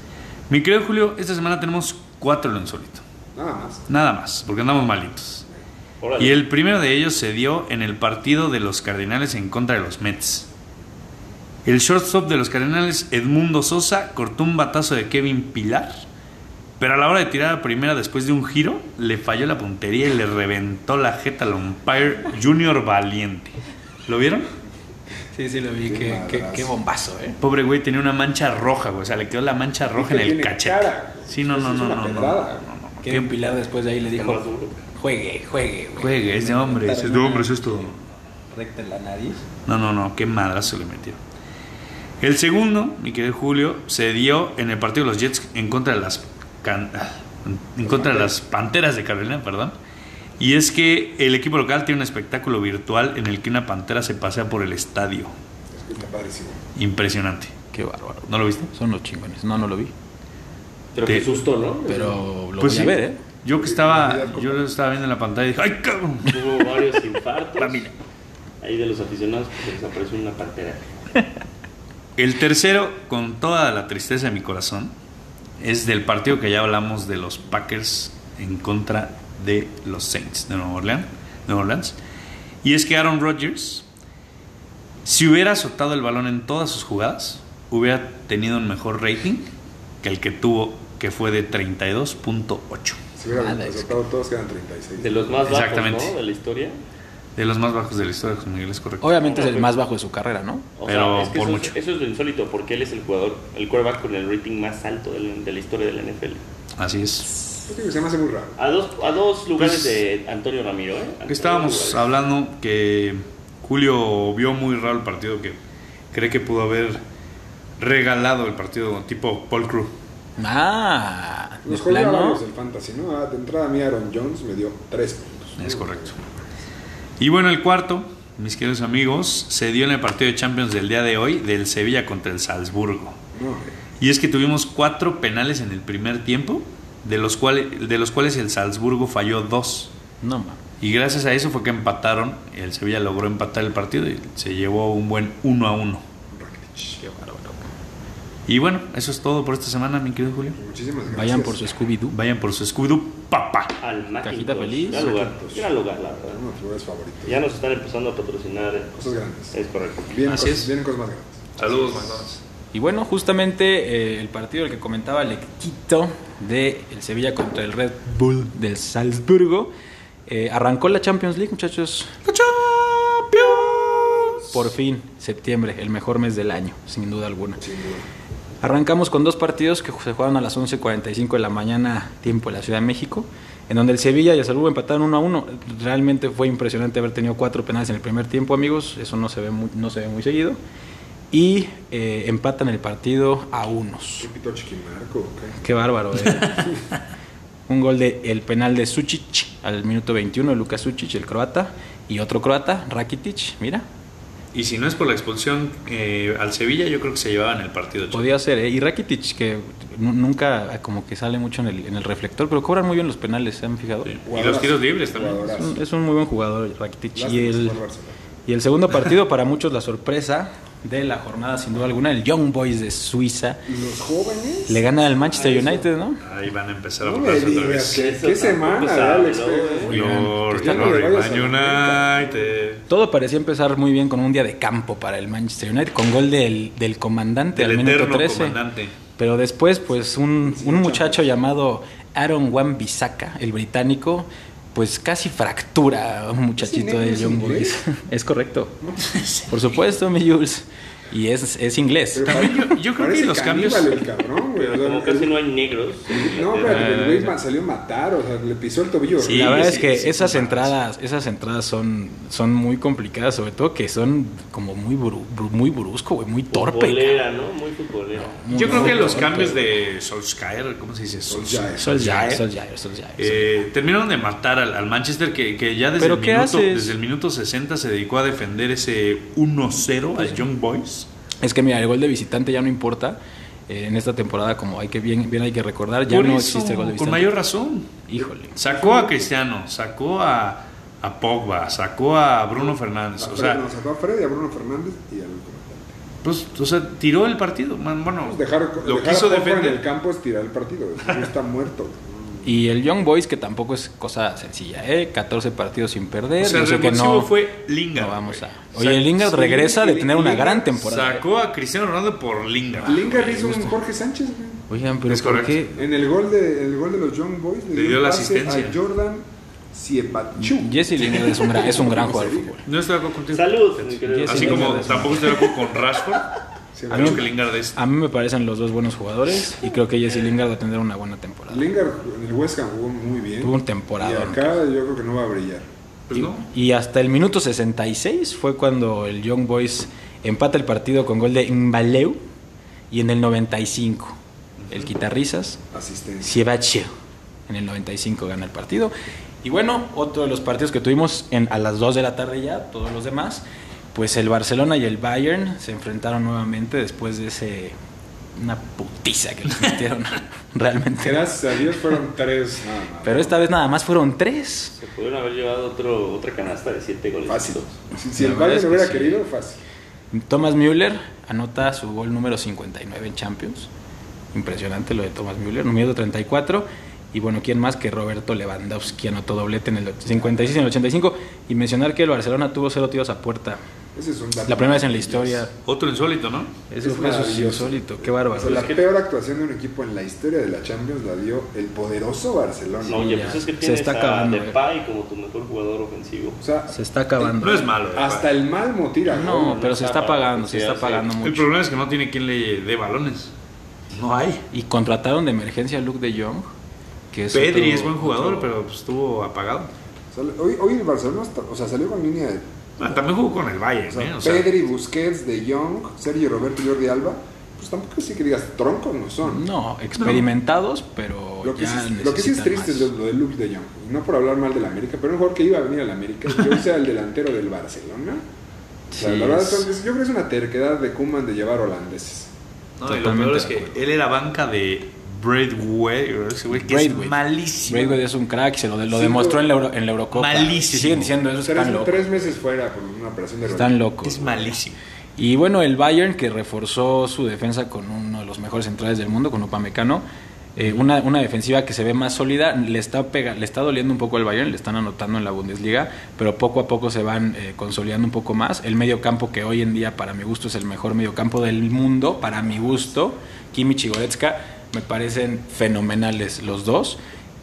Speaker 3: Mi querido Julio, esta semana tenemos cuatro lo insólito.
Speaker 1: Nada más.
Speaker 3: Nada más, porque andamos malitos.
Speaker 2: Órale.
Speaker 3: Y el primero de ellos se dio en el partido de los Cardenales en contra de los Mets. El shortstop de los Cardenales, Edmundo Sosa, cortó un batazo de Kevin Pilar, pero a la hora de tirar a primera después de un giro, le falló la puntería y le reventó la jeta al umpire Junior Valiente. ¿Lo vieron?
Speaker 4: Sí, sí, lo vi.
Speaker 1: Qué
Speaker 4: Qué, qué-
Speaker 1: madrazo.
Speaker 4: qué bombazo, ¿eh?
Speaker 3: Pobre güey tenía una mancha roja, güey. O sea, le quedó la mancha roja en el
Speaker 1: tiene
Speaker 3: cachete.
Speaker 1: cara.
Speaker 3: Sí, no, no,
Speaker 1: Es
Speaker 3: no,
Speaker 1: una
Speaker 3: no, no, no,
Speaker 1: pedrada.
Speaker 3: no, no.
Speaker 4: Kevin Pilar después de ahí le dijo,
Speaker 2: más duro.
Speaker 4: juegue, juegue, güey.
Speaker 3: Juegue, es de hombres, es de hombres esto.
Speaker 4: Recta en la nariz.
Speaker 3: No, no, no, qué madrazo le metió. El segundo, mi querido Julio, se dio en el partido de los Jets en contra de las can- en contra de las Panteras de Carolina, perdón. Y es que el equipo local tiene un espectáculo virtual en el que una pantera se pasea por el estadio.
Speaker 1: Es que está padrísimo.
Speaker 3: Impresionante.
Speaker 4: Qué bárbaro.
Speaker 3: ¿No lo viste?
Speaker 4: Son los chingones. No, no lo vi.
Speaker 2: Pero
Speaker 3: Te-
Speaker 2: qué susto, ¿no?
Speaker 4: Pero lo
Speaker 3: Pues sí.
Speaker 4: voy a ver, ¿eh?
Speaker 3: Yo que estaba yo lo estaba viendo en la pantalla y dije, "Ay, cabrón."
Speaker 2: Hubo varios infartos.
Speaker 3: Lámina.
Speaker 2: Ahí de los aficionados porque les apareció una pantera.
Speaker 3: El tercero, con toda la tristeza de mi corazón, es del partido que ya hablamos de los Packers en contra de los Saints de Nueva Orleans. Nueva Orleans. Y es que Aaron Rodgers, si hubiera azotado el balón en todas sus jugadas, hubiera tenido un mejor rating que el que tuvo, que fue de 32.8.
Speaker 1: Si hubieran
Speaker 4: Nada, es
Speaker 1: resultado todos quedan 36.
Speaker 2: De los más
Speaker 3: Exactamente.
Speaker 2: bajos, ¿no? De la historia.
Speaker 3: De los más bajos de la historia, José Miguel, es correcto.
Speaker 4: Obviamente es el más bajo de su carrera, ¿no?
Speaker 2: O
Speaker 3: Pero
Speaker 2: sea, es que
Speaker 3: por
Speaker 2: eso,
Speaker 3: mucho.
Speaker 2: Es, eso es lo insólito, porque él es el jugador, el quarterback con el rating más alto de la, de la historia de la NFL.
Speaker 3: Así es.
Speaker 1: Yo digo, se me hace muy raro.
Speaker 2: A dos, a dos lugares
Speaker 3: Pues,
Speaker 2: de Antonio Ramiro, ¿eh? Antonio
Speaker 3: Estábamos
Speaker 2: lugares.
Speaker 3: hablando que Julio vio muy raro el partido que cree que pudo haber regalado el partido tipo Paul Crew.
Speaker 4: Ah, de
Speaker 1: Nos jodió a
Speaker 4: plano.
Speaker 1: varios el fantasy, ¿no? Ah, de entrada a mí Aaron Jones me dio 3 puntos.
Speaker 3: Es correcto. Y bueno, el cuarto, mis queridos amigos, se dio en el partido de Champions del día de hoy del Sevilla contra el Salzburgo.
Speaker 1: No, hombre.
Speaker 3: Y es que tuvimos cuatro penales en el primer tiempo, de los cuales, de los cuales el Salzburgo falló dos.
Speaker 4: No, ma.
Speaker 3: Y gracias a eso fue que empataron. El Sevilla logró empatar el partido y se llevó un buen 1 a 1.
Speaker 4: Qué bárbaro.
Speaker 3: Y bueno, eso es todo por esta semana, mi querido Julio.
Speaker 1: Muchísimas gracias.
Speaker 4: Vayan por su Scooby-Doo.
Speaker 3: Vayan por su escudo, papá.
Speaker 2: Al Macintosh.
Speaker 4: Cajita feliz,
Speaker 2: Gran lugar, gran lugar, la verdad.
Speaker 1: Uno de mis lugares favoritos.
Speaker 2: Ya nos están empezando a patrocinar. eh,
Speaker 1: Cosas grandes.
Speaker 2: Es correcto.
Speaker 1: Vienen
Speaker 3: Así
Speaker 1: cosas-
Speaker 3: es.
Speaker 1: vienen cosas más grandes.
Speaker 3: Saludos, McDonald's.
Speaker 4: Y bueno, justamente eh, el partido del que comentaba el equito de el Sevilla contra el Red Bull del Salzburgo eh, arrancó la Champions League, muchachos. ¡La Champions! Por fin, septiembre, el mejor mes del año, sin duda alguna.
Speaker 1: Sin duda.
Speaker 4: Arrancamos con dos partidos que se jugaron a las 11.45 de la mañana, tiempo de la Ciudad de México, en donde el Sevilla y el Salud empataron 1 a 1. Realmente fue impresionante haber tenido cuatro penales en el primer tiempo, amigos. Eso no se ve muy, no se ve muy seguido. Y eh, empatan el partido a unos.
Speaker 1: ¿Qué pito chiquimarco? o qué?
Speaker 4: Qué bárbaro, eh. Un gol de el penal de Suchic al minuto 21, de Lucas Suchic, el croata. Y otro croata, Rakitic, mira.
Speaker 3: Y si no es por la expulsión eh, al Sevilla, yo creo que se llevaban el partido. chico.
Speaker 4: Podía ser, ¿eh? Y Rakitic, que nu- nunca eh, como que sale mucho en el, en el reflector, pero cobran muy bien los penales, ¿se han fijado?
Speaker 3: Sí. Y
Speaker 1: Jugadorazo.
Speaker 3: los tiros libres también.
Speaker 4: Es
Speaker 1: Jugadorazo.
Speaker 4: un, es un muy buen jugador, Rakitic.
Speaker 1: Lástima
Speaker 4: Y
Speaker 1: que se
Speaker 4: el,
Speaker 1: fue al Barcelona.
Speaker 4: y el segundo partido, para muchos la sorpresa, de la jornada, sin duda alguna, el Young Boys de Suiza.
Speaker 1: Los jóvenes.
Speaker 4: Le gana al Manchester
Speaker 1: Ah, eso.
Speaker 4: United, ¿no?
Speaker 3: Ahí van a empezar a
Speaker 1: No me
Speaker 3: burlarse otra
Speaker 1: digas
Speaker 3: vez.
Speaker 1: que
Speaker 2: Eso
Speaker 1: qué
Speaker 2: tampoco
Speaker 1: semana de
Speaker 2: sabe,
Speaker 1: Alex
Speaker 2: ¿no?
Speaker 1: Pérez.
Speaker 2: Muy
Speaker 3: Glory,
Speaker 1: Ya no le
Speaker 3: glory,
Speaker 1: vayas a la
Speaker 3: Man United.
Speaker 4: Todo parecía empezar muy bien con un día de campo para el Manchester United, con gol del, del comandante
Speaker 3: Del
Speaker 4: al minuto
Speaker 3: eterno
Speaker 4: 13.
Speaker 3: comandante.
Speaker 4: Pero después, pues un, un muchacho llamado Aaron Wan Bissaka, el británico, pues casi fractura a un muchachito
Speaker 1: negro
Speaker 4: del
Speaker 1: es
Speaker 4: Young
Speaker 1: inglés?
Speaker 4: Boys. Es correcto. Por supuesto, mi Jules. Y es, es inglés.
Speaker 1: Pero
Speaker 3: También
Speaker 1: parece-
Speaker 3: yo- yo creo que
Speaker 1: parece
Speaker 3: los cambios-
Speaker 1: caníbal El cabrón, güey. O sea,
Speaker 2: Como
Speaker 1: el-
Speaker 2: casi no hay negros.
Speaker 1: No, pero el güey ma- salió a matar, o sea, le pisó el tobillo.
Speaker 3: Ah, Sí,
Speaker 4: la verdad es
Speaker 3: sí,
Speaker 4: que
Speaker 3: sí,
Speaker 4: esas
Speaker 3: son raras.
Speaker 4: entradas, esas entradas son, son muy complicadas, sobre todo que son como muy bru- bru- muy brusco, güey, muy torpe. cabrón.
Speaker 2: Futbolera, ¿no? Muy futbolera.
Speaker 4: Muy
Speaker 3: Yo creo que
Speaker 4: torpe,
Speaker 3: los
Speaker 4: güey.
Speaker 3: cambios de Solskjaer, ¿cómo se dice? Solskjaer.
Speaker 1: Solskjaer.
Speaker 4: Solskjaer, Solskjaer, Solskjaer.
Speaker 3: Eh, terminaron de matar al, al Manchester que, que ya desde
Speaker 4: ¿Pero
Speaker 3: el,
Speaker 4: qué
Speaker 3: minuto,
Speaker 4: haces?
Speaker 3: desde el minuto 60 se dedicó a defender ese 1-0 al Young Boys.
Speaker 4: Es que mira, el gol de visitante ya no importa. Eh, en esta temporada, como hay que bien, bien hay que recordar, ya
Speaker 3: Por
Speaker 4: no
Speaker 3: eso,
Speaker 4: existe el gol de
Speaker 3: con
Speaker 4: visitante.
Speaker 3: mayor razón.
Speaker 4: Híjole.
Speaker 3: Sacó a Cristiano, sacó a, a Pogba, sacó a Bruno Fernández.
Speaker 1: A
Speaker 3: O
Speaker 1: Fred-
Speaker 3: sea,
Speaker 1: nos sacó a Freddy, a Bruno Fernández y al comandante.
Speaker 3: pues, o sea, tiró el partido. man, Bueno,
Speaker 1: Dejar,
Speaker 3: lo
Speaker 1: dejar
Speaker 3: quiso
Speaker 1: a Pogba en
Speaker 3: defender.
Speaker 1: el campo es tirar el partido. el güey está muerto.
Speaker 4: Y el Young Boys, que tampoco es cosa sencilla, ¿eh? 14 partidos sin perder.
Speaker 3: O sea,
Speaker 4: yo
Speaker 3: el
Speaker 4: sé que
Speaker 3: revulsivo
Speaker 4: no,
Speaker 3: fue Lingard.
Speaker 4: no vamos a.
Speaker 3: güey.
Speaker 4: Oye,
Speaker 3: Sa-
Speaker 4: el Lingard
Speaker 1: sí,
Speaker 4: regresa de tener una
Speaker 1: Lingard
Speaker 4: gran temporada.
Speaker 3: Sacó a Cristiano Ronaldo por Lingard.
Speaker 1: Lingard
Speaker 3: Ah, güey,
Speaker 1: hizo un
Speaker 3: justo.
Speaker 1: Jorge Sánchez, güey.
Speaker 4: Oigan, pero
Speaker 3: Es
Speaker 4: ¿por
Speaker 3: correcto.
Speaker 4: qué?
Speaker 1: En el gol de, el gol de los Young Boys
Speaker 3: Le dio
Speaker 1: un
Speaker 3: la
Speaker 1: pase
Speaker 3: asistencia.
Speaker 1: a Jordan Siepachu.
Speaker 4: Jesse Lingard es un gran, es un gran jugador de fútbol.
Speaker 3: No estoy de acuerdo contigo.
Speaker 2: Salud, mi querido.
Speaker 3: Así
Speaker 4: Sí,
Speaker 3: como
Speaker 4: Lingard es-
Speaker 3: tampoco estoy de acuerdo con Rashford. Creo que Lingard es
Speaker 4: A mí me parecen los dos buenos jugadores y creo que Jesse Lingard va a tener una buena temporada.
Speaker 1: Lingard en el West Ham jugó muy bien.
Speaker 4: Tuvo un temporada.
Speaker 1: Y acá yo creo que no va a brillar.
Speaker 3: Pues no.
Speaker 4: Y hasta el minuto 66 fue cuando el Young Boys empata el partido con gol de Mbaleu. Y en el 95, el quitarrisas,
Speaker 1: Asistencia.
Speaker 4: Siebache, en el 95 gana el partido. Y bueno, otro de los partidos que tuvimos en- a las 2 de la tarde ya, todos los demás, pues el Barcelona y el Bayern se enfrentaron nuevamente después de ese... Una putiza que les metieron realmente.
Speaker 1: Gracias a Dios fueron tres. nada más.
Speaker 4: Pero esta vez nada más fueron tres.
Speaker 2: Se pudieron haber llevado otro, otra canasta de 7 goles.
Speaker 1: Fácil. Si, si
Speaker 4: La
Speaker 1: el
Speaker 4: verdad
Speaker 1: Bayern
Speaker 4: es que
Speaker 1: hubiera
Speaker 4: sí.
Speaker 1: querido, fácil.
Speaker 4: Thomas Müller anota su gol número 59 en Champions. Impresionante lo de Thomas Müller, número 34. Y bueno, ¿quién más que Roberto Lewandowski anotó doblete en el 56 y en el 85? Y mencionar que el Barcelona tuvo cero tiros a puerta.
Speaker 1: Ese es un dato.
Speaker 4: La primera vez en la historia.
Speaker 3: Otro insólito, ¿no?
Speaker 4: Eso
Speaker 1: Es
Speaker 4: fue
Speaker 1: maravilloso.
Speaker 4: insólito, qué
Speaker 1: O sea,
Speaker 4: bárbaro.
Speaker 1: la peor actuación de un equipo en la historia de la Champions la dio el poderoso Barcelona.
Speaker 2: No, oye,
Speaker 4: ya.
Speaker 2: pues es que
Speaker 4: Se
Speaker 2: tienes
Speaker 4: está
Speaker 2: a
Speaker 4: acabando, eh.
Speaker 2: Depay como tu mejor jugador ofensivo.
Speaker 1: O sea,
Speaker 4: Se está acabando.
Speaker 3: No es malo. eh,
Speaker 1: hasta el Malmo tira.
Speaker 4: No,
Speaker 1: gol.
Speaker 4: pero se está pagando, se está
Speaker 2: Sí,
Speaker 4: pagando
Speaker 3: El
Speaker 4: mucho.
Speaker 3: problema es que no tiene quien le dé balones. No hay.
Speaker 4: Y contrataron de emergencia a Luke de Jong, que es
Speaker 3: Pedri
Speaker 4: otro-
Speaker 3: es buen jugador,
Speaker 4: otro-
Speaker 3: pero pues, estuvo apagado.
Speaker 1: O sea, hoy, hoy el Barcelona está- o sea, salió con línea de
Speaker 3: Ah, también jugó con el Bayern,
Speaker 1: o sea,
Speaker 3: ¿eh? O sea,
Speaker 1: Pedri, Busquets, De Jong, Sergio Roberto y Jordi Alba. Pues tampoco sí que digas troncos no son.
Speaker 4: No, experimentados, pero
Speaker 1: Lo que,
Speaker 4: ya
Speaker 1: sí, lo que sí es
Speaker 4: necesitan
Speaker 1: triste es
Speaker 4: más.
Speaker 1: lo, lo de Luke de Jong. No por hablar mal de la América, pero un jugador que iba a venir a la América, que hoy sea el delantero del Barcelona. O sea,
Speaker 4: Sí,
Speaker 1: la verdad,
Speaker 4: es-
Speaker 1: entonces, yo creo que es una terquedad de Kuman de llevar holandeses.
Speaker 3: no, y lo
Speaker 4: Totalmente
Speaker 3: peor es
Speaker 4: de
Speaker 3: que
Speaker 4: acuerdo.
Speaker 3: él era banca de Braidway, ese güey que es
Speaker 4: Braithwaite.
Speaker 3: malísimo.
Speaker 4: Braithwaite es un crack, se lo, lo
Speaker 1: Sí,
Speaker 4: demostró
Speaker 1: pero-
Speaker 4: en la, Euro- en la Eurocopa.
Speaker 3: Malísimo.
Speaker 4: Siguen diciendo eso,
Speaker 1: Tres,
Speaker 4: están locos.
Speaker 1: tres meses fuera por una operación de
Speaker 4: Están
Speaker 1: rodilla.
Speaker 4: locos.
Speaker 3: Es malísimo.
Speaker 4: Y bueno, el Bayern que reforzó su defensa con uno de los mejores centrales del mundo, con Upamecano. eh, una, una defensiva que se ve más sólida, le está, pega, le está doliendo un poco al Bayern, le están anotando en la Bundesliga, pero poco a poco se van eh, consolidando un poco más. El medio campo que hoy en día para mi gusto es el mejor medio campo del mundo, para mi gusto, Kimmich y Goretzka me parecen fenomenales los dos.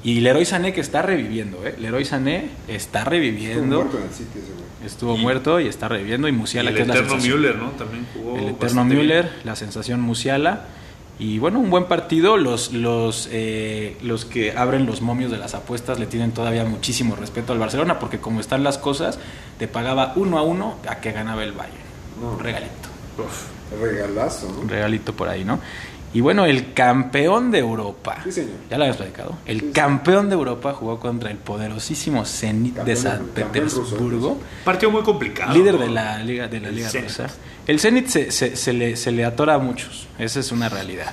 Speaker 4: Y Leroy Sané que está reviviendo, ¿eh? Leroy Sané está
Speaker 1: Estuvo
Speaker 4: reviviendo,
Speaker 1: muerto en el City ese güey.
Speaker 4: estuvo
Speaker 3: Y-
Speaker 4: muerto y está reviviendo y
Speaker 3: Y
Speaker 4: Musiala
Speaker 3: el
Speaker 4: que es la
Speaker 3: Eterno
Speaker 4: sensación.
Speaker 3: Müller, ¿no? También
Speaker 1: Uh,
Speaker 3: jugó.
Speaker 4: El eterno
Speaker 3: bastante bien.
Speaker 4: Müller, la sensación Musiala. Y bueno, un buen partido. Los, los, eh, los que abren los momios de las apuestas le tienen todavía muchísimo respeto al Barcelona, porque como están las cosas, te pagaba uno a uno a que ganaba el Bayern.
Speaker 1: No. Uh.
Speaker 4: Un regalito.
Speaker 3: Uf.
Speaker 1: Regalazo, ¿no?
Speaker 4: Un regalito por ahí, ¿no? Y bueno, el campeón de Europa.
Speaker 1: Sí, señor.
Speaker 4: Ya lo habíamos platicado. El
Speaker 1: Sí, sí.
Speaker 4: campeón de Europa jugó contra el poderosísimo Zenit de
Speaker 1: Campeón de-
Speaker 4: San
Speaker 1: campeón
Speaker 4: Petersburgo.
Speaker 1: ruso.
Speaker 3: Partido muy complicado.
Speaker 4: Líder
Speaker 3: ¿no?
Speaker 4: de la liga, de la
Speaker 3: El
Speaker 4: liga
Speaker 3: Zenit.
Speaker 4: rusa. El Zenit se, se- se le, se le atora a muchos, esa es una realidad.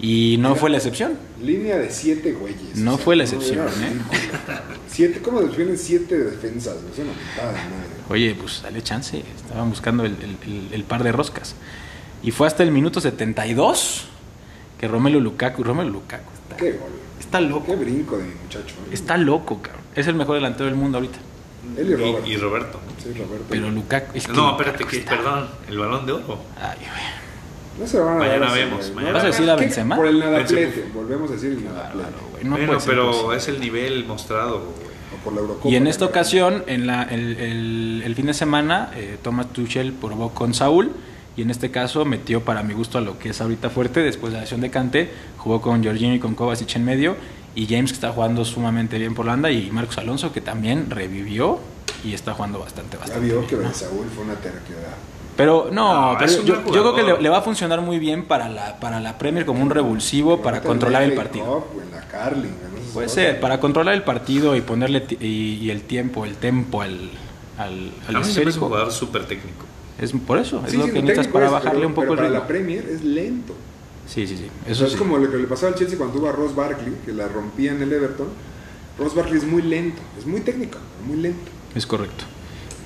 Speaker 4: Y no fue la excepción.
Speaker 1: Línea de siete güeyes.
Speaker 4: No fue la excepción,
Speaker 1: era
Speaker 4: ¿eh?
Speaker 1: ridículo, cabrón. Siete, ¿Cómo defienden siete defensas? güey? Es una putada de madre.
Speaker 4: Oye, pues dale chance. Estaban buscando el, el- el- el par de roscas. Y fue hasta el minuto 72 que Romelu Lukaku. Romelu Lukaku está,
Speaker 1: Qué gol.
Speaker 4: está
Speaker 1: Qué
Speaker 4: loco.
Speaker 1: brinco de muchacho. güey.
Speaker 4: Está loco, cabrón. Es el mejor delantero del mundo ahorita.
Speaker 1: Él y Roberto.
Speaker 3: Y, y Roberto.
Speaker 1: Sí, Roberto.
Speaker 4: Pero Lukaku. es que
Speaker 3: No,
Speaker 4: Lukaku
Speaker 3: espérate, que,
Speaker 4: está-
Speaker 3: perdón, el balón de oro.
Speaker 4: Ay, güey.
Speaker 1: No se lo van a
Speaker 3: Mañana
Speaker 1: dar así,
Speaker 3: vemos,
Speaker 1: güey.
Speaker 3: mañana
Speaker 1: No,
Speaker 4: ¿Vas a decir a
Speaker 1: ¿qué?
Speaker 4: Benzema?
Speaker 1: Por el nadaplete.
Speaker 3: Benzema.
Speaker 1: Volvemos a decir el nadaplete.
Speaker 4: Güey, no
Speaker 3: bueno,
Speaker 4: puede ser
Speaker 3: pero
Speaker 4: posible.
Speaker 3: es el nivel mostrado, güey.
Speaker 1: O por la Eurocopa.
Speaker 4: Y en esta
Speaker 1: cabrón.
Speaker 4: ocasión, en la, el, el- el fin de semana, eh, Thomas Tuchel probó con Saúl. Y en este caso metió para mi gusto a lo que es ahorita fuerte. Después de la acción de Kanté, jugó con Jorginho y con Kovacic en medio. Y James, que está jugando sumamente bien por Holanda. Y Marcos Alonso, que también revivió y está jugando bastante,
Speaker 1: Ya
Speaker 4: bastante.
Speaker 1: vio
Speaker 4: bien,
Speaker 1: que
Speaker 4: ¿no?
Speaker 1: Ben Saúl fue una terquedad.
Speaker 4: Pero no,
Speaker 3: No,
Speaker 4: pero
Speaker 3: Ah, es un
Speaker 4: yo,
Speaker 3: gran
Speaker 4: yo creo que le,
Speaker 3: jugador.
Speaker 4: le va a funcionar muy bien para la, para la Premier como un revulsivo para
Speaker 1: Ahorita
Speaker 4: controlar
Speaker 1: en
Speaker 4: el
Speaker 1: FA
Speaker 4: partido.
Speaker 1: Cup, güey, en la Carling. en esas
Speaker 4: Puede
Speaker 1: cosas.
Speaker 4: ser, para controlar el partido y ponerle ti- y, y el tiempo, el tempo al, al, al
Speaker 3: A mí se me hace un
Speaker 4: esférico.
Speaker 3: jugador súper técnico.
Speaker 4: Es por eso, es
Speaker 1: Sí,
Speaker 4: lo
Speaker 1: sí,
Speaker 4: que
Speaker 1: el
Speaker 4: necesitas
Speaker 1: técnico
Speaker 4: para
Speaker 1: es,
Speaker 4: bajarle
Speaker 1: pero-
Speaker 4: un poco
Speaker 1: pero
Speaker 4: el
Speaker 1: Para
Speaker 4: ritmo.
Speaker 1: la Premier es lento.
Speaker 4: Sí, sí, sí.
Speaker 1: O
Speaker 4: Eso
Speaker 1: sea,
Speaker 4: sí.
Speaker 1: Es como lo que le pasaba al Chelsea cuando tuvo a Ross Barkley, que la rompía en el Everton. Ross Barkley es muy lento, es muy técnico, muy lento.
Speaker 4: Es correcto.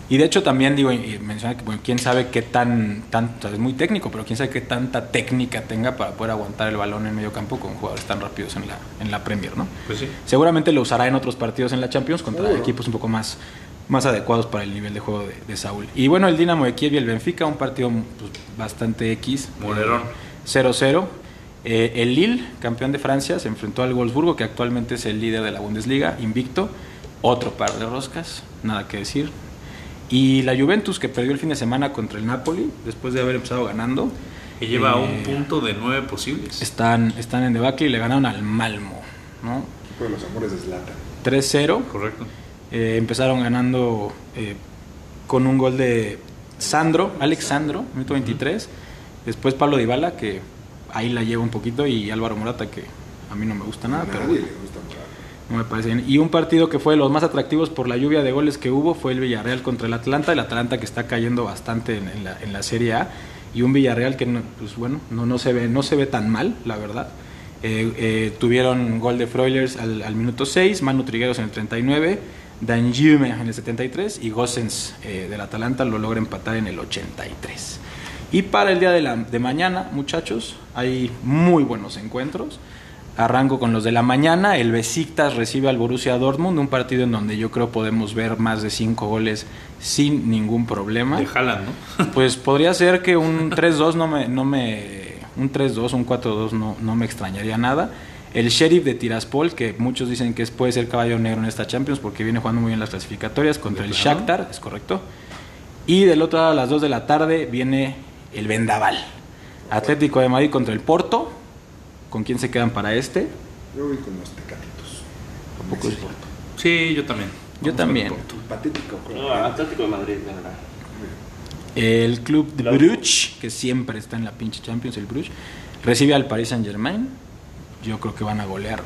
Speaker 4: Y de hecho también digo, y- y menciona que bueno, quién sabe qué tan, tan, o sea, es muy técnico, pero quién sabe qué tanta técnica tenga para poder aguantar el balón en medio campo con jugadores tan rápidos en la, en la Premier, ¿no?
Speaker 3: Pues sí.
Speaker 4: Seguramente lo usará en otros partidos en la Champions contra
Speaker 1: Seguro.
Speaker 4: equipos un poco más, más adecuados para el nivel de juego de, de Saúl. Y bueno, el Dinamo de Kiev y el Benfica, un partido pues, bastante X.
Speaker 3: Molerón.
Speaker 4: 0-0. Eh, el Lille, campeón de Francia, se enfrentó al Wolfsburgo, que actualmente es el líder de la Bundesliga, invicto. Otro par de roscas, nada que decir. Y la Juventus, que perdió el fin de semana contra el Napoli, después de haber empezado ganando.
Speaker 3: Que lleva
Speaker 4: Eh,
Speaker 3: un punto de nueve posibles.
Speaker 4: Están, están en debacle y le ganaron al Malmo, ¿no?
Speaker 1: Equipo de los amores de Zlatan.
Speaker 4: 3-0.
Speaker 3: Correcto.
Speaker 4: Eh, empezaron ganando eh, con un gol de Sandro, Alexandro, minuto 23. Después Pablo Dybala, que ahí la lleva un poquito, y Álvaro Morata, que a mí no me gusta nada,
Speaker 1: a nadie
Speaker 4: pero
Speaker 1: le gusta Morata.
Speaker 4: no me parece bien. Y un partido que fue de los más atractivos por la lluvia de goles que hubo fue el Villarreal contra el Atlanta. El Atlanta que está cayendo bastante en, en la, en la Serie A. Y un Villarreal que, no- pues bueno, no, no, se, ve, no se ve tan mal, la verdad. Eh, eh, tuvieron gol de Froilers al, al minuto 6, Manu Trigueros en el 39, Dan Jume en el 73 y Gossens eh, del Atalanta lo logra empatar en el 83. Y para el día de, la- de mañana, muchachos, hay muy buenos encuentros. Arranco con los de la mañana. El Besiktas recibe al Borussia Dortmund, un partido en donde yo creo podemos ver más de cinco goles sin ningún problema.
Speaker 3: De Haaland, ¿no?
Speaker 4: Pues podría ser que un 3-2 no me, no me. Un 3-2, un 4-2 no, no me extrañaría nada. El sheriff de Tiraspol, que muchos dicen que es- puede ser caballo negro en esta Champions porque viene jugando muy bien las clasificatorias contra el Shakhtar, es correcto. Y del otro lado, a las 2 de la tarde, viene el Vendaval. Atlético de Madrid contra el Porto. ¿Con quién se quedan para este?
Speaker 1: Yo voy con los tecatitos. Con
Speaker 4: Poco
Speaker 1: Messi.
Speaker 4: es-
Speaker 3: Sí, yo también.
Speaker 4: Yo
Speaker 3: Vamos
Speaker 4: también.
Speaker 3: con Porto.
Speaker 1: Patético. con-
Speaker 2: No, Atlético de Madrid, la verdad.
Speaker 4: El club de
Speaker 2: La-
Speaker 4: Bruges, que siempre está en la pinche Champions, el Bruges, recibe al Paris Saint Germain. Yo creo que van a golear.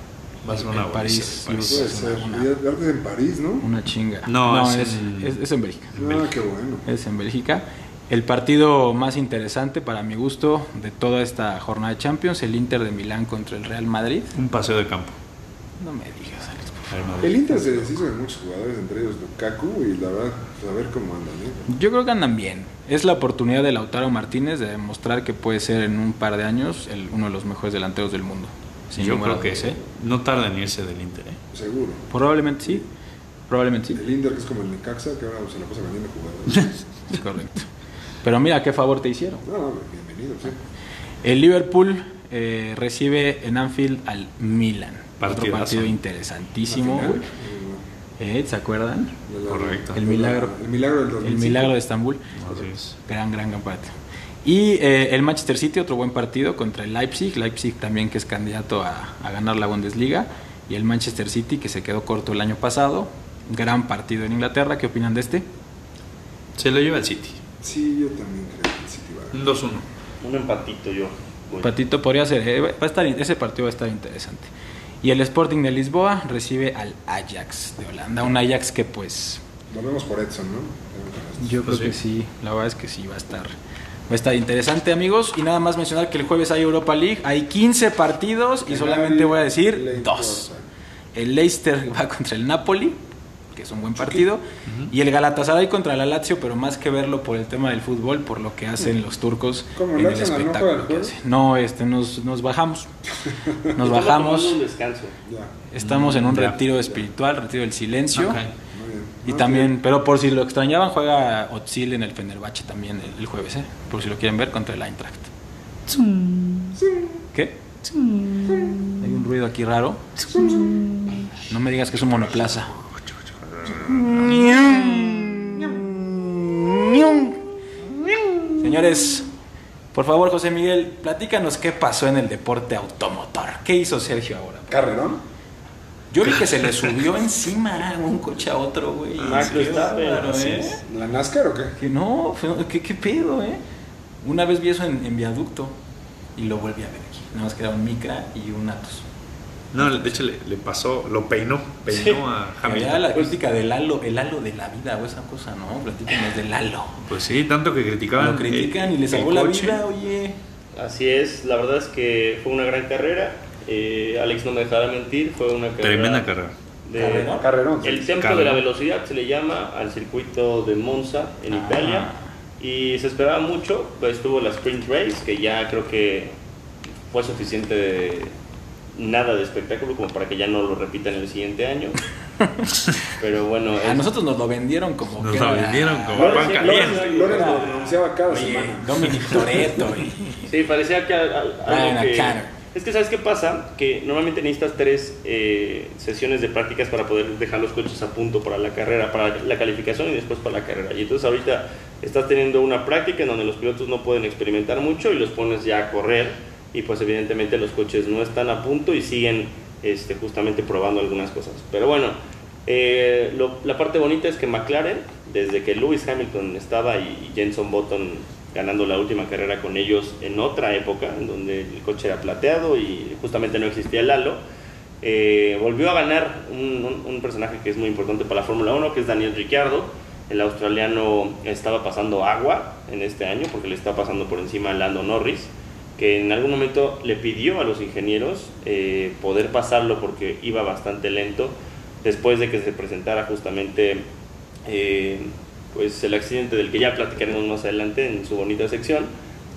Speaker 3: Va a ser
Speaker 4: El-
Speaker 3: una
Speaker 4: el París.
Speaker 3: goliza, el
Speaker 4: sí,
Speaker 1: Puede
Speaker 4: es
Speaker 1: ser.
Speaker 4: una,
Speaker 1: Y
Speaker 4: una-
Speaker 1: Edgar es en París, ¿no?
Speaker 4: una chinga.
Speaker 3: No, es
Speaker 4: es,
Speaker 3: en-
Speaker 4: es- es en Bélgica.
Speaker 1: Ah, qué bueno.
Speaker 4: Es en Bélgica. El partido más interesante para mi gusto de toda esta jornada de Champions, el Inter de Milán contra el Real Madrid.
Speaker 3: Un paseo de campo.
Speaker 4: No me digas, Alex. por favor.
Speaker 3: Real Madrid.
Speaker 1: El Inter se deshizo de muchos jugadores, entre ellos Lukaku, y la verdad, pues, a ver cómo andan. ¿eh?
Speaker 4: Yo creo que andan bien. Es la oportunidad de Lautaro Martínez de demostrar que puede ser en un par de años el- uno de los mejores delanteros del mundo. Sin
Speaker 3: yo
Speaker 4: lugar a
Speaker 3: creo que
Speaker 4: dudas, ¿eh?
Speaker 3: no tarda en irse del Inter. ¿eh?
Speaker 1: Seguro.
Speaker 4: Probablemente sí. Probablemente sí.
Speaker 1: El Inter, que es como el Necaxa, que ahora se la pasa vendiendo jugadores.
Speaker 4: Es correcto. Pero mira qué favor te hicieron.
Speaker 1: no, no, bienvenido, sí.
Speaker 4: El Liverpool eh, recibe en Anfield al Milan. Otro
Speaker 3: Partidazo.
Speaker 4: partido interesantísimo.
Speaker 1: Al final,
Speaker 4: Eh, ¿Se acuerdan?
Speaker 1: eh, la-
Speaker 3: Correcto.
Speaker 4: El milagro.
Speaker 1: El milagro del 2005.
Speaker 4: El milagro de Estambul.
Speaker 3: Así es.
Speaker 4: Gran, gran combate. Y eh, el Manchester City, otro buen partido contra el Leipzig. Leipzig también que es candidato a, a ganar la Bundesliga. Y el Manchester City que se quedó corto el año pasado. Gran partido en Inglaterra. ¿Qué opinan de este?
Speaker 3: Se lo lleva el City.
Speaker 1: Sí, yo también creo que el City va a ganar.
Speaker 3: Un 2-1.
Speaker 2: Un empatito yo. voy.
Speaker 4: Patito podría ser. eh, va a estar, ese partido va a estar interesante. Y el Sporting de Lisboa recibe al Ajax de Holanda. Un Ajax que pues
Speaker 1: Volvemos por Edson, ¿no?
Speaker 4: Yo creo
Speaker 3: Pues
Speaker 4: que sí, la verdad es que sí, va a estar. Va a estar interesante, amigos. Y nada más mencionar que el jueves hay Europa League. Hay 15 partidos y solamente voy a
Speaker 1: Le
Speaker 4: decir
Speaker 1: importa.
Speaker 4: dos. El Leicester va contra el Napoli, que es un buen partido. Y el Galatasaray contra la Lazio, pero más que verlo por el tema del fútbol, por lo que
Speaker 3: Mm.
Speaker 4: hacen los turcos
Speaker 1: Como el
Speaker 4: en el
Speaker 1: Arsenal, ¿no juega el
Speaker 4: espectáculo que
Speaker 1: jueves?
Speaker 4: hacen. No, este, nos, nos bajamos. Nos
Speaker 2: Estamos tomando
Speaker 4: bajamos.
Speaker 2: un descanso.
Speaker 1: Ya,
Speaker 4: Estamos en un
Speaker 3: Ya.
Speaker 4: retiro espiritual, retiro del silencio.
Speaker 3: Ok.
Speaker 1: muy bien.
Speaker 4: Y
Speaker 1: Ok.
Speaker 4: también, pero por si lo extrañaban, juega Otzil en el Fenerbahce también el, el jueves, ¿eh? Por si lo quieren ver contra el Eintracht. ¿Qué? Hay un ruido aquí raro. No me digas que es un monoplaza. Señores, por favor, José Miguel, platícanos qué pasó en el deporte automotor. ¿Qué hizo Sergio ahora?
Speaker 1: Carrerón.
Speaker 4: Yo vi que se le subió encima un coche a otro, güey.
Speaker 2: Max
Speaker 4: Qué
Speaker 2: Verstappen,
Speaker 4: bárbaro,
Speaker 2: así
Speaker 4: ¿eh?
Speaker 2: es.
Speaker 1: ¿La NASCAR o qué?
Speaker 4: Que no, fue- ¿qué, qué pedo, eh? Una vez vi eso en, en viaducto y lo volví a ver aquí. Nada más que era un Micra y un Atos.
Speaker 3: No, de hecho le, le pasó, lo peinó, peinó a
Speaker 4: Había
Speaker 3: Hamilton.
Speaker 4: la crítica del halo, el halo de la vida o esa cosa, ¿no? Platícanos del halo.
Speaker 3: Pues sí, tanto que criticaban.
Speaker 4: Lo critican
Speaker 3: eh,
Speaker 4: y le
Speaker 3: el
Speaker 4: salvó la
Speaker 3: coche.
Speaker 4: vida, oye.
Speaker 2: Así es, la verdad es que fue una gran carrera. Eh, Alex no me dejará mentir, fue una carrera.
Speaker 3: Tremenda carrera.
Speaker 2: de-
Speaker 4: Carrera.
Speaker 1: Carrerón.
Speaker 2: El tiempo
Speaker 3: Carrera.
Speaker 2: de la velocidad se le llama al circuito de Monza en
Speaker 4: Ah.
Speaker 2: Italia y se esperaba mucho, pues tuvo la sprint race que ya creo que fue suficiente de nada de espectáculo como para que ya no lo repitan el siguiente año. Pero bueno,
Speaker 4: A
Speaker 2: es-
Speaker 4: nosotros nos lo vendieron como
Speaker 3: Nos
Speaker 4: que
Speaker 3: la
Speaker 4: era
Speaker 3: vendieron como
Speaker 2: Lawrence-
Speaker 3: pan
Speaker 2: Lawrence-
Speaker 3: caliente.
Speaker 1: Lores lo anunciaba cada
Speaker 4: Oye,
Speaker 1: semana.
Speaker 4: Dominic Toretto y
Speaker 2: Sí, parecía que al- al- algo
Speaker 4: Bueno,
Speaker 2: que-
Speaker 4: claro.
Speaker 2: Es que, ¿sabes qué pasa? Que normalmente necesitas tres eh, sesiones de prácticas para poder dejar los coches a punto para la carrera, para la calificación y después para la carrera. Y entonces ahorita estás teniendo una práctica en donde los pilotos no pueden experimentar mucho y los pones ya a correr y pues evidentemente los coches no están a punto y siguen este, justamente probando algunas cosas. Pero bueno, eh, lo- la parte bonita es que McLaren, desde que Lewis Hamilton estaba y Jenson Button ganando la última carrera con ellos en otra época, en donde el coche era plateado y justamente no existía el halo. Eh, volvió a ganar un, un- un personaje que es muy importante para la Fórmula 1, que es Daniel Ricciardo. El australiano estaba pasando agua en este año porque le está pasando por encima a Lando Norris, que en algún momento le pidió a los ingenieros eh, poder pasarlo porque iba bastante lento después de que se presentara justamente eh, pues el accidente del que ya platicaremos más adelante en su bonita sección.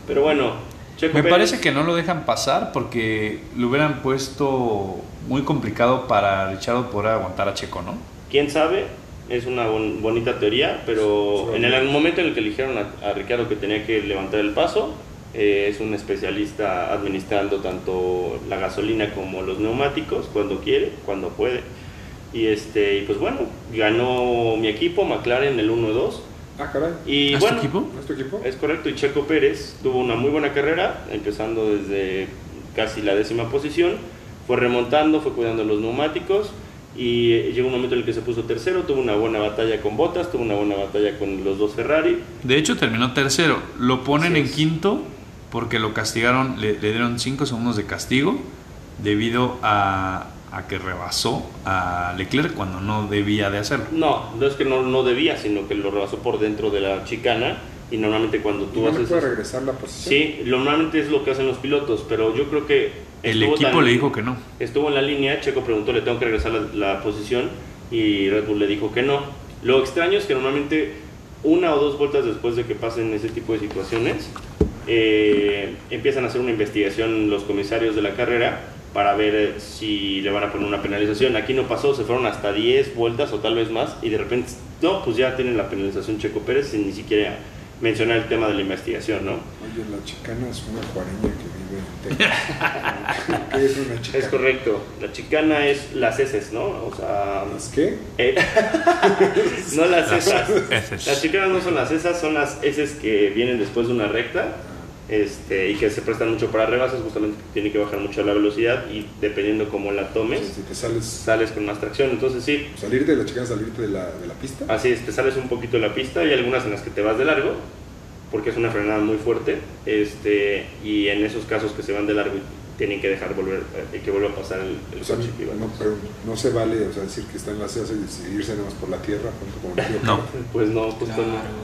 Speaker 2: Pero bueno, Checo
Speaker 3: Me
Speaker 2: Pérez-
Speaker 3: parece que no lo dejan pasar porque lo hubieran puesto muy complicado para Richardo poder aguantar a Checo, ¿no?
Speaker 2: quién sabe, es una bon- bonita teoría, pero
Speaker 1: Sí.
Speaker 2: en el momento en el que eligieron a, a Ricardo que tenía que levantar el paso, eh, es un especialista administrando tanto la gasolina como los neumáticos cuando quiere, cuando puede. Y este, y pues bueno, ganó mi equipo, McLaren, el 1-2.
Speaker 1: Ah, caray.
Speaker 2: Y
Speaker 3: ¿Es tu
Speaker 2: bueno,
Speaker 3: equipo?
Speaker 1: ¿No es tu equipo?
Speaker 2: es correcto, y Checo Pérez tuvo una muy buena carrera, empezando desde casi la décima posición, fue remontando, fue cuidando los neumáticos y eh, llegó un momento en el que se puso tercero, tuvo una buena batalla con Bottas, tuvo una buena batalla con los dos Ferrari.
Speaker 3: De hecho, terminó tercero. Lo ponen
Speaker 2: Así
Speaker 3: en
Speaker 2: es.
Speaker 3: quinto porque lo castigaron, le, le dieron 5 segundos de castigo debido a, a que rebasó a Leclerc cuando no debía de hacerlo.
Speaker 2: No, no es que no, no debía, sino que lo rebasó por dentro de la chicana y normalmente cuando
Speaker 1: ¿Y
Speaker 2: tú
Speaker 1: no se
Speaker 2: haces...
Speaker 1: puede
Speaker 2: eso-
Speaker 1: regresar la posición?
Speaker 2: Sí, normalmente es lo que hacen los pilotos, pero yo creo que...
Speaker 3: El
Speaker 2: estuvo
Speaker 3: equipo
Speaker 2: tan-
Speaker 3: le dijo que no.
Speaker 2: Estuvo en la línea, Checo preguntó, le tengo que regresar la, la posición y Red Bull le dijo que no. Lo extraño es que normalmente una o dos vueltas después de que pasen ese tipo de situaciones, eh, empiezan a hacer una investigación los comisarios de la carrera para ver eh, si le van a poner una penalización. Aquí no pasó, se fueron hasta 10 vueltas o tal vez más y de repente, no, pues ya tienen la penalización Checo Pérez sin ni siquiera mencionar el tema de la investigación, ¿no?
Speaker 1: Oye, la chicana es una juareña que vive en Texas. ¿Qué es una chicana?
Speaker 2: Es correcto, la chicana es las heces, ¿no? O sea,
Speaker 1: ¿Las qué?
Speaker 2: Eh, no las esas.
Speaker 3: heces.
Speaker 2: Las chicanas no son las esas, son las heces que vienen después de una recta este, y que se prestan mucho para rebases, justamente porque tiene que bajar mucho la velocidad y dependiendo cómo la tomes,
Speaker 1: Pues, Si te sales,
Speaker 2: sales con más tracción. Entonces sí,
Speaker 1: salirte de la chicana, salirte de la, de la pista.
Speaker 2: así es, te sales un poquito de la pista y algunas en las que te vas de largo porque es una frenada muy fuerte este, y en esos casos que se van de largo y tienen que dejar volver, eh, que vuelva a pasar el, el
Speaker 1: O sea,
Speaker 2: coche que iba
Speaker 1: Pues, no, pero no se vale o sea, decir que está en la ceja y decidirse nada más por la tierra, junto con el tío
Speaker 3: No.
Speaker 1: Carlos.
Speaker 2: Pues no, justo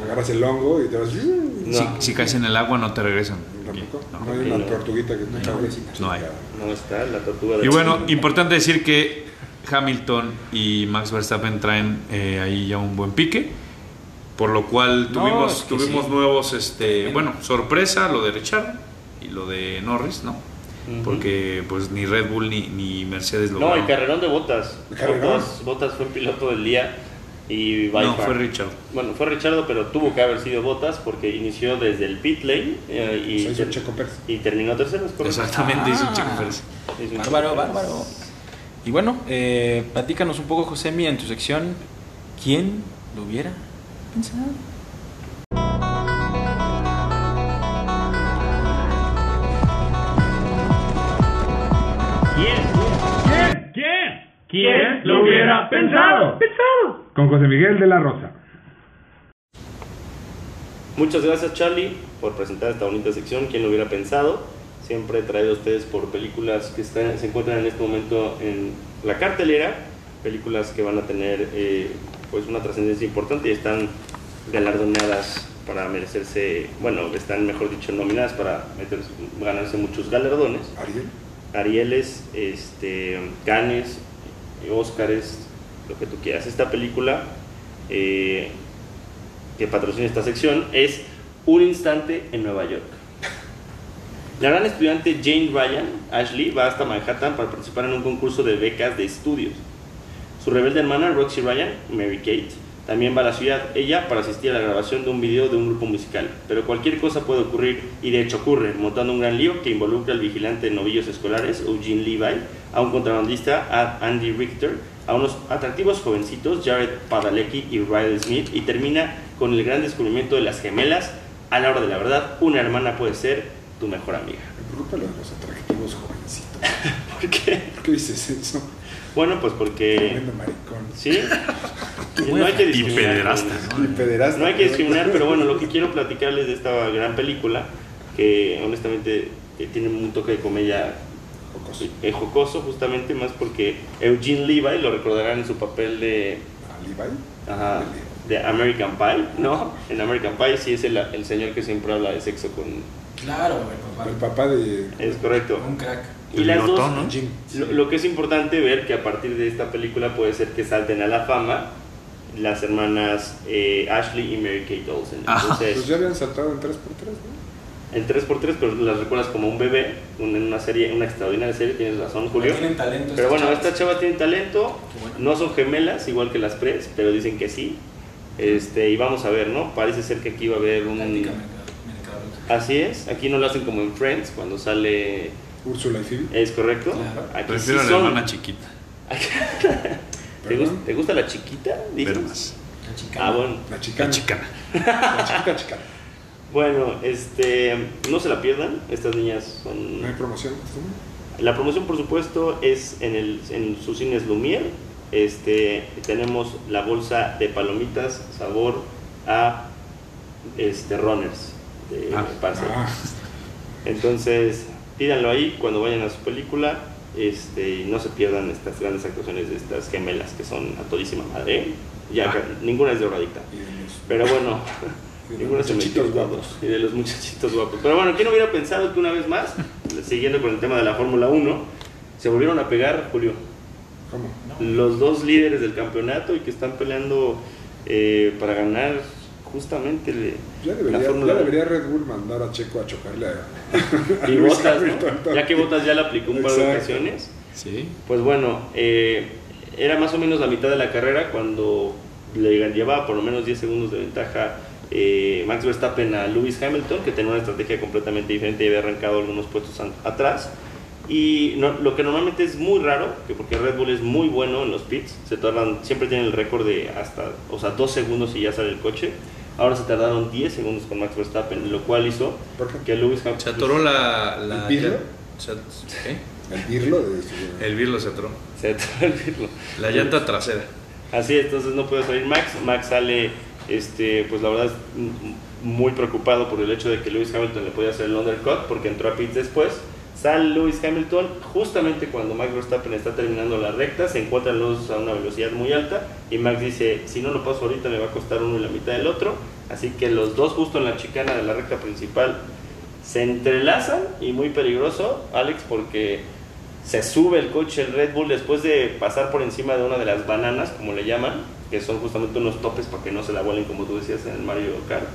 Speaker 1: Agarras el hongo y te vas.
Speaker 2: no.
Speaker 3: Si,
Speaker 2: No,
Speaker 3: si caes en el agua no te regresan.
Speaker 1: ¿Tampoco?
Speaker 3: No.
Speaker 1: No, hay una
Speaker 2: no.
Speaker 1: tortuguita que no, cabres.
Speaker 3: no hay.
Speaker 2: no está la tortuga de
Speaker 3: Y bueno, importante decir que Hamilton y Max Verstappen traen eh, ahí ya un buen pique, por lo cual
Speaker 4: No,
Speaker 3: tuvimos,
Speaker 4: es que
Speaker 3: tuvimos
Speaker 4: sí.
Speaker 3: nuevos, este, bueno, sorpresa lo de Richard y lo de Norris, ¿no?
Speaker 2: Ujú.
Speaker 3: Porque pues ni Red Bull ni, ni Mercedes lo
Speaker 2: No, el carrerón de botas.
Speaker 1: ¿El carrerón?
Speaker 2: Botas, Botas fue piloto del día y
Speaker 3: No,
Speaker 2: Bifar.
Speaker 3: fue Richard.
Speaker 2: Bueno, fue Richardo, pero tuvo que haber sido Botas porque inició desde el pit lane eh, y,
Speaker 1: Se hizo
Speaker 2: ter-
Speaker 1: Pues, Checo Pérez.
Speaker 2: y terminó tercero. es correcto.
Speaker 3: Exactamente, hizo
Speaker 4: Ah.
Speaker 3: un Checo Pérez.
Speaker 2: Es un
Speaker 4: Bárbaro,
Speaker 2: Checo Pérez.
Speaker 4: bárbaro. Y bueno, eh, platícanos un poco, Josemi, en tu sección, ¿quién lo hubiera pensado?
Speaker 5: ¿Quién? ¿Quién? ¿Quién lo hubiera pensado? Pensado. Con José Miguel de la Rosa.
Speaker 2: Muchas gracias, Charlie, por presentar esta bonita sección. ¿Quién lo hubiera pensado? Siempre he traído a ustedes por películas que están- se encuentran en este momento en la cartelera, películas que van a tener eh, pues una trascendencia importante y están galardonadas para merecerse, bueno, están mejor dicho nominadas para meterse- ganarse muchos galardones.
Speaker 1: Ariel.
Speaker 2: Arieles, este, Canes, Óscares, lo que tú quieras. Esta película eh, que patrocina esta sección es Un instante en Nueva York. La gran estudiante Jane Ryan, Ashley, va hasta Manhattan para participar en un concurso de becas de estudios. Su rebelde hermana, Roxy Ryan, Mary Kate, también va a la ciudad ella para asistir a la grabación de un video de un grupo musical. Pero cualquier cosa puede ocurrir, y de hecho ocurre, montando un gran lío que involucra al vigilante de novillos escolares, Eugene Levi, a un contrabandista, a Andy Richter, a unos atractivos jovencitos, Jared Padalecki y Riley Smith, y termina con el gran descubrimiento de las gemelas. A la hora de la verdad, una hermana puede ser tu mejor amiga.
Speaker 1: Me preocupa lo de los atractivos jovencitos.
Speaker 2: ¿Por qué?
Speaker 1: ¿Por qué dices eso?
Speaker 2: Bueno, pues porque...
Speaker 1: Tremendo maricón.
Speaker 2: ¿Sí? No hay que
Speaker 3: Y
Speaker 2: discriminar.
Speaker 3: pederasta, ¿no?
Speaker 1: Y pederasta.
Speaker 2: Pues No hay que discriminar, pero bueno, lo que quiero platicarles de esta gran película, que honestamente eh, tiene un toque de comedia
Speaker 1: Pocos.
Speaker 2: eh, jocoso, justamente más porque Eugene Levi lo recordarán en su papel de,
Speaker 1: Ah, Levi.
Speaker 2: ajá, de American Pie, ¿no? En American Pie sí es el, el señor que siempre habla de sexo con...
Speaker 6: Claro, güey,
Speaker 1: El
Speaker 6: papá.
Speaker 1: papá de.
Speaker 2: Es correcto.
Speaker 6: Un crack.
Speaker 2: Y las
Speaker 3: Notó,
Speaker 2: dos,
Speaker 3: ¿no?
Speaker 1: Jim.
Speaker 2: Lo, lo que es importante ver que a partir de esta película puede ser que salten a la fama las hermanas eh, Ashley y Mary Kate Olsen.
Speaker 3: Ah.
Speaker 2: Entonces,
Speaker 1: Pues ya habían saltado en 3x3, ¿no?
Speaker 2: El 3x3, pero las recuerdas como un bebé, un- en una serie, una extraordinaria serie, tienes razón, Julio.
Speaker 6: Tienen talento.
Speaker 2: Pero bueno,
Speaker 6: estas
Speaker 2: estas chavas tienen talento,
Speaker 6: Qué bueno.
Speaker 2: no son gemelas, igual que las pres, pero dicen que sí. Este, y vamos a ver, ¿no? Parece ser que aquí va a haber
Speaker 6: chavas.
Speaker 2: un...
Speaker 6: mercadológica.
Speaker 2: Así es, aquí no lo hacen como en Friends, cuando sale...
Speaker 1: Úrsula y Phoebe.
Speaker 2: ¿Es correcto?
Speaker 6: Claro.
Speaker 2: Aquí
Speaker 3: Prefiero
Speaker 2: sí
Speaker 3: a la
Speaker 2: son.
Speaker 3: hermana chiquita,
Speaker 2: ¿Te, gus-
Speaker 1: Perdón.
Speaker 2: te gusta la chiquita? dices?
Speaker 3: pero más.
Speaker 6: La chica.
Speaker 2: Ah, bueno.
Speaker 1: La chicana.
Speaker 3: La chicana.
Speaker 1: La chiquita chicana.
Speaker 2: Bueno, este, no se la pierdan, estas niñas son...
Speaker 1: No hay promoción.
Speaker 2: La promoción, por supuesto, es en, el, en sus cines Lumière. Este, tenemos la bolsa de palomitas sabor a este, Runners de
Speaker 3: Ah.
Speaker 2: Parcel.
Speaker 1: Ah,
Speaker 2: Entonces, pídanlo ahí cuando vayan a su película este, y no se pierdan estas grandes actuaciones de estas gemelas que son a todísima madre. ¿eh? Ya,
Speaker 3: Ah.
Speaker 2: que ninguna es doradita.
Speaker 1: y de los-
Speaker 2: Pero bueno,
Speaker 1: Y de los
Speaker 2: ninguno se metió
Speaker 1: muchachitos
Speaker 2: en todos.
Speaker 1: guapos.
Speaker 2: Y de los muchachitos guapos. Pero bueno, ¿quién hubiera pensado que una vez más, siguiendo con el tema de la Fórmula 1, se volvieron a pegar, Julio,
Speaker 1: ¿Cómo?
Speaker 2: los dos líderes del campeonato y que están peleando eh, para ganar justamente el-
Speaker 1: Ya
Speaker 2: la
Speaker 1: debería,
Speaker 2: Fórmula
Speaker 1: ya
Speaker 2: 1?
Speaker 1: debería Red Bull mandar a Checo a chocarle a.
Speaker 2: Y
Speaker 1: Lewis
Speaker 2: Bottas, ¿no?
Speaker 1: Hamilton, ¿no?
Speaker 2: Ya que Botas ya la aplicó un par de
Speaker 1: Exacto.
Speaker 2: ocasiones.
Speaker 3: Sí.
Speaker 2: Pues bueno, eh, era más o menos la mitad de la carrera cuando le llevaba por lo menos 10 segundos de ventaja eh, Max Verstappen a Lewis Hamilton, que tenía una estrategia completamente diferente y había arrancado algunos puestos an- atrás. Y no- lo que normalmente es muy raro, que porque Red Bull es muy bueno en los pits, se tardan, siempre tienen el récord de hasta, o sea, 2 segundos y ya sale el coche. Ahora se tardaron 10 segundos con Max Verstappen, lo cual hizo
Speaker 1: ¿Por qué?
Speaker 2: que Lewis Hamilton...
Speaker 3: Se atoró la... la-
Speaker 1: ¿El birlo?
Speaker 3: se- ¿qué?
Speaker 1: El birlo de su.
Speaker 3: El birlo se atoró.
Speaker 2: Se atoró el virlo.
Speaker 3: La llanta trasera.
Speaker 2: Así es, entonces no puede salir Max. Max sale, este, pues la verdad, m- m- muy preocupado por el hecho de que Lewis Hamilton le podía hacer el undercut porque entró a pits después. Sal Lewis Hamilton, justamente cuando Max Verstappen está terminando la recta, se encuentran los dos a una velocidad muy alta y Max dice, si no lo paso ahorita me va a costar uno y la mitad del otro, así que los dos justo en la chicana de la recta principal se entrelazan y muy peligroso, Alex, porque se sube el coche el Red Bull después de pasar por encima de una de las bananas, como le llaman, que son justamente unos topes para que no se la vuelen, como tú decías, en el Mario Kart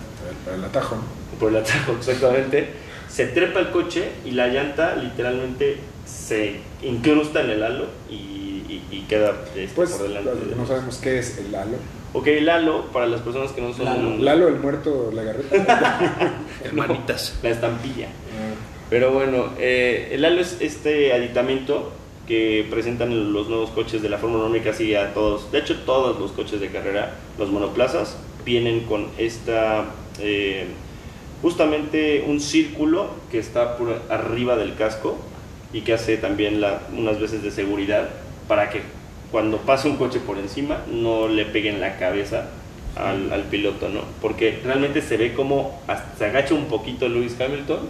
Speaker 1: El, el atajo.
Speaker 2: por el atajo exactamente, se trepa el coche y la llanta literalmente se incrusta en el halo y, y- y queda este,
Speaker 1: Pues,
Speaker 2: por delante.
Speaker 1: claro,
Speaker 2: de
Speaker 1: no
Speaker 2: los-
Speaker 1: sabemos qué es el Lalo.
Speaker 2: Ok, el halo, para las personas que no son
Speaker 1: Lalo, el muerto, la garreta.
Speaker 3: Hermanitas.
Speaker 2: la estampilla. Pero bueno, eh, el halo es este aditamento que presentan los nuevos coches de la Fórmula 1 y casi a todos, de hecho todos los coches de carrera, los monoplazas, vienen con esta, eh, justamente un círculo que está por arriba del casco y que hace también la- unas veces de seguridad para que cuando pase un coche por encima no le peguen la cabeza al, al piloto, ¿no? Porque realmente se ve como hasta se agacha un poquito Lewis Hamilton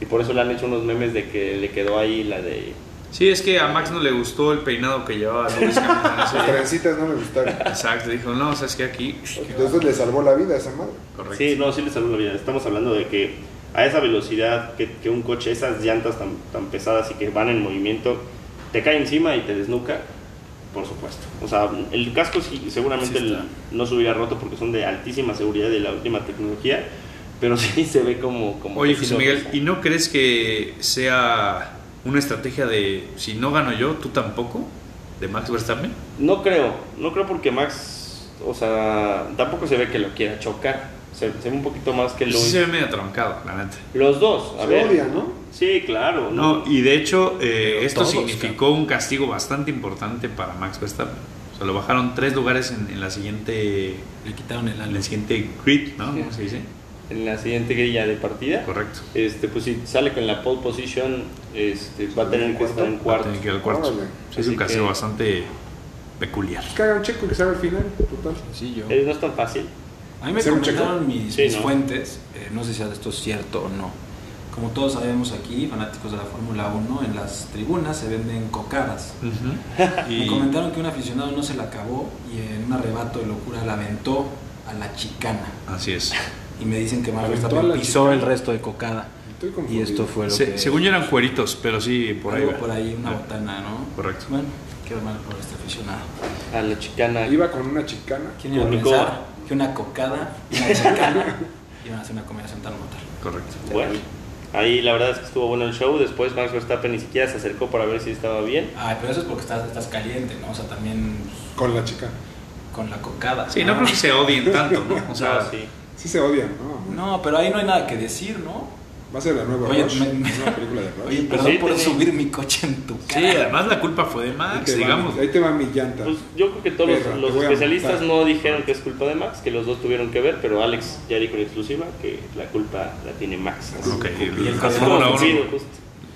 Speaker 2: y por eso le han hecho unos memes de que le quedó ahí la de.
Speaker 3: Sí, es que a Max no le gustó el peinado que llevaba Lewis Hamilton.
Speaker 1: Sus trencitas no me gustaron.
Speaker 3: Exacto, dijo, no, sabes que aquí.
Speaker 1: Entonces le salvó la vida a esa madre.
Speaker 3: Correcto.
Speaker 2: Sí, no, sí le salió la vida. Estamos hablando de que a esa velocidad que, que un coche, esas llantas tan, tan pesadas y que van en movimiento, te cae encima y te desnuca, por supuesto. O sea, el casco sí, seguramente
Speaker 3: Sí está.
Speaker 2: el- no se hubiera roto porque son de altísima seguridad y la última tecnología, pero sí se ve como. como
Speaker 3: Oye,
Speaker 2: que
Speaker 3: José
Speaker 2: sí lo-
Speaker 3: Miguel, ¿y no crees que sea una estrategia de si no gano yo, tú tampoco? De Max Verstappen.
Speaker 2: No creo, no creo porque Max, o sea, tampoco se ve que lo quiera chocar. Se, se ve un poquito más que
Speaker 3: Sí se
Speaker 2: Lewis.
Speaker 3: ve medio trancado, la neta.
Speaker 2: Los dos, a
Speaker 1: Se
Speaker 2: ver.
Speaker 1: odia, ¿no?
Speaker 2: Sí, claro.
Speaker 3: No, y de hecho, eh,
Speaker 4: Pero
Speaker 3: esto
Speaker 4: todos,
Speaker 3: significó un castigo bastante importante para Max Verstappen. O sea, lo bajaron tres lugares en, en la siguiente.
Speaker 4: Le quitaron el
Speaker 3: En
Speaker 4: ala.
Speaker 3: el siguiente grid, ¿no? ¿Cómo se dice?
Speaker 2: En la siguiente grilla de partida,
Speaker 3: Correcto.
Speaker 2: este, pues si sale con la pole position, este, va a tener que estar en
Speaker 3: Va a
Speaker 2: cuarto.
Speaker 3: tener Ah, que ir al cuarto.
Speaker 1: Órale.
Speaker 3: Sí, es un
Speaker 2: Así
Speaker 3: castigo
Speaker 2: que-
Speaker 3: bastante peculiar.
Speaker 1: Pues Que haga un checo y que salga al final. Total.
Speaker 4: Sencillo.
Speaker 2: Eh, no es tan fácil.
Speaker 4: A mí me
Speaker 1: ¿Hacer un checo?
Speaker 4: comentaron mis,
Speaker 2: Sí,
Speaker 4: mis
Speaker 2: ¿no?
Speaker 4: fuentes, eh, no sé si esto es cierto o no. Como todos sabemos aquí, fanáticos de la Fórmula 1, en las tribunas se venden cocadas. Me
Speaker 3: Y
Speaker 4: comentaron que un aficionado no se la acabó y en un arrebato de locura la aventó a la chicana.
Speaker 3: así es.
Speaker 4: Y me dicen que Max
Speaker 1: Aventó
Speaker 4: Verstappen
Speaker 1: a la
Speaker 4: pisó
Speaker 1: chicana.
Speaker 4: el resto de cocada.
Speaker 1: Estoy
Speaker 4: Y
Speaker 1: confundido.
Speaker 4: esto fue lo
Speaker 3: Se-
Speaker 4: que...
Speaker 3: según yo eran cueritos, pero sí, por ahí.
Speaker 4: pues, algo
Speaker 3: va.
Speaker 4: por ahí, una
Speaker 3: Ah,
Speaker 4: botana, ¿no?
Speaker 3: Correcto.
Speaker 4: Bueno, qué mal por este aficionado.
Speaker 2: A la chicana.
Speaker 1: Iba con una chicana.
Speaker 4: ¿Quién iba a
Speaker 2: Con mi
Speaker 4: pensar
Speaker 2: coba.
Speaker 4: que una cocada y una chicana iban a hacer una combinación tan mortal?
Speaker 3: Correcto.
Speaker 2: Bueno, ahí la verdad es que estuvo bueno el show. Después Max Verstappen ni siquiera se acercó para ver si estaba bien.
Speaker 4: Ay, pero eso es porque estás, estás caliente, ¿no? O sea, también pues,
Speaker 1: Con la chicana.
Speaker 4: con la cocada. Ah.
Speaker 3: Sí, no creo que se odien tanto, ¿no? O
Speaker 2: O
Speaker 3: sea,
Speaker 2: Ah, sí.
Speaker 1: Sí se odian, ¿no?
Speaker 4: No, pero ahí no hay nada que decir, ¿no?
Speaker 1: Va a ser la nueva
Speaker 4: Oye,
Speaker 1: Rush.
Speaker 4: me- me-
Speaker 1: Una película de Rush.
Speaker 4: Oye,
Speaker 2: Pues
Speaker 4: perdón
Speaker 2: sí,
Speaker 4: por
Speaker 2: tiene-
Speaker 4: subir mi coche en tu
Speaker 3: sí,
Speaker 4: cara.
Speaker 3: además la culpa fue de
Speaker 1: ahí,
Speaker 3: Max,
Speaker 1: te
Speaker 3: digamos.
Speaker 1: va, ahí te va mi llanta.
Speaker 2: Pues yo creo que todos los-
Speaker 1: Perra, te
Speaker 2: los,
Speaker 1: voy a
Speaker 2: especialistas
Speaker 1: matar.
Speaker 2: no dijeron que es culpa de Max, que los dos tuvieron que ver, pero Alex ya dijo en exclusiva que la culpa la tiene Max. Así
Speaker 3: Ok,
Speaker 2: que-
Speaker 3: la Fórmula
Speaker 2: así como
Speaker 3: Uno.
Speaker 2: confido, justo.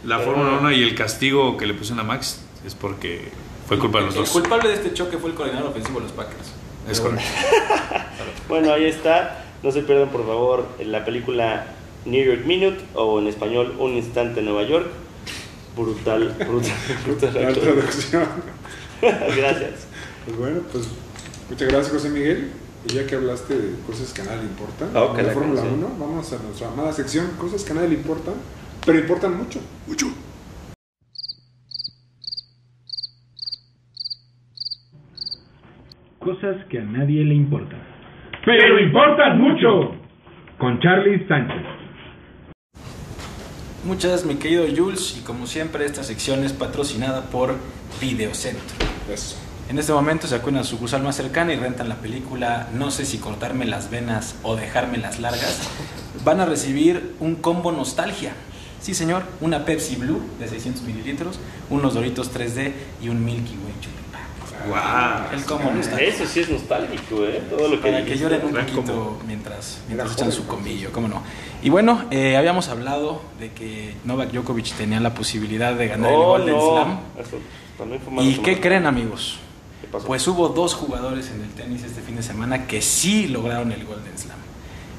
Speaker 3: La
Speaker 2: Pero
Speaker 3: Fórmula
Speaker 2: bueno.
Speaker 3: 1 y el castigo que le pusieron a Max es porque fue culpa de los
Speaker 4: El
Speaker 3: dos.
Speaker 4: culpable de este choque fue el coordinador ofensivo de los Packers.
Speaker 3: Es
Speaker 4: Pero
Speaker 3: correcto.
Speaker 2: Bueno, ahí está. No se pierdan, por favor, la película New York Minute o en español Un Instante en Nueva York. Brutal, brutal, brutal.
Speaker 1: La
Speaker 2: actor.
Speaker 1: traducción.
Speaker 2: Gracias.
Speaker 1: Pues bueno, pues muchas gracias, José Miguel. Y ya que hablaste de cosas que a nadie le importan,
Speaker 2: Ah, ok,
Speaker 1: de
Speaker 2: la
Speaker 1: Fórmula
Speaker 2: canción.
Speaker 1: 1, vamos a nuestra amada sección, cosas que a nadie le importan, pero importan mucho. Mucho.
Speaker 5: Cosas que a nadie le importan. Pero importan mucho. Con Charlie Sánchez.
Speaker 4: Muchas, mi querido Jules, y como siempre, esta sección es patrocinada por Videocentro.
Speaker 1: Eso.
Speaker 4: En este momento se acuden a su sucursal más cercana y rentan la película No sé si cortarme las venas o dejarme las largas. Van a recibir un combo nostalgia. Sí, señor, una Pepsi Blue de 600 mililitros, unos Doritos 3D y un Milky Way Chupipa.
Speaker 3: Guau.
Speaker 4: El combo nostalgia.
Speaker 2: Eso sí es nostálgico, ¿eh? Todo lo que
Speaker 4: Para que
Speaker 2: dijiste.
Speaker 4: lloren un
Speaker 3: Gran
Speaker 4: poquito
Speaker 3: combo.
Speaker 4: mientras, mientras
Speaker 1: Era
Speaker 4: echan
Speaker 1: joven,
Speaker 4: su
Speaker 1: ¿no?
Speaker 4: combillo, cómo no. Y bueno, eh, habíamos hablado de que Novak Djokovic tenía la posibilidad de ganar
Speaker 2: Oh,
Speaker 4: el Golden Slam.
Speaker 2: no. Eso, también fue malo
Speaker 4: ¿Y
Speaker 2: tomado.
Speaker 4: qué creen, amigos?
Speaker 2: ¿Qué pasó?
Speaker 4: Pues hubo dos jugadores en el tenis este fin de semana que sí lograron el Golden Slam.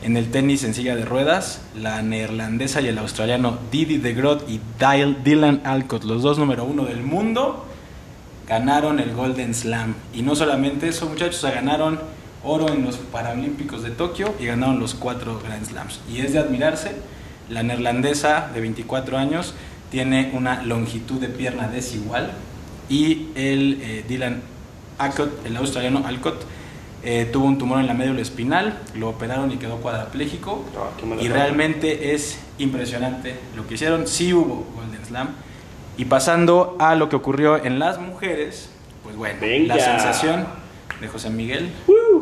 Speaker 4: En el tenis en silla de ruedas, la neerlandesa y el australiano Didi de Groot y Dyl- Dylan Alcott, los dos número uno del mundo, ganaron el Golden Slam. Y no solamente eso, muchachos, se ganaron oro en los Paralímpicos de Tokio y ganaron los cuatro Grand Slams. Y es de admirarse, la neerlandesa de 24 años tiene una longitud de pierna desigual y el eh, Dylan Alcott, el australiano Alcott, eh, tuvo un tumor en la médula espinal, lo operaron y quedó cuadrapléjico.
Speaker 2: Ah, qué mala
Speaker 4: y
Speaker 2: onda.
Speaker 4: realmente es impresionante lo que hicieron. Sí hubo Golden Slam. Y pasando a lo que ocurrió en las mujeres, pues bueno,
Speaker 2: Venga.
Speaker 4: la sensación de José Miguel,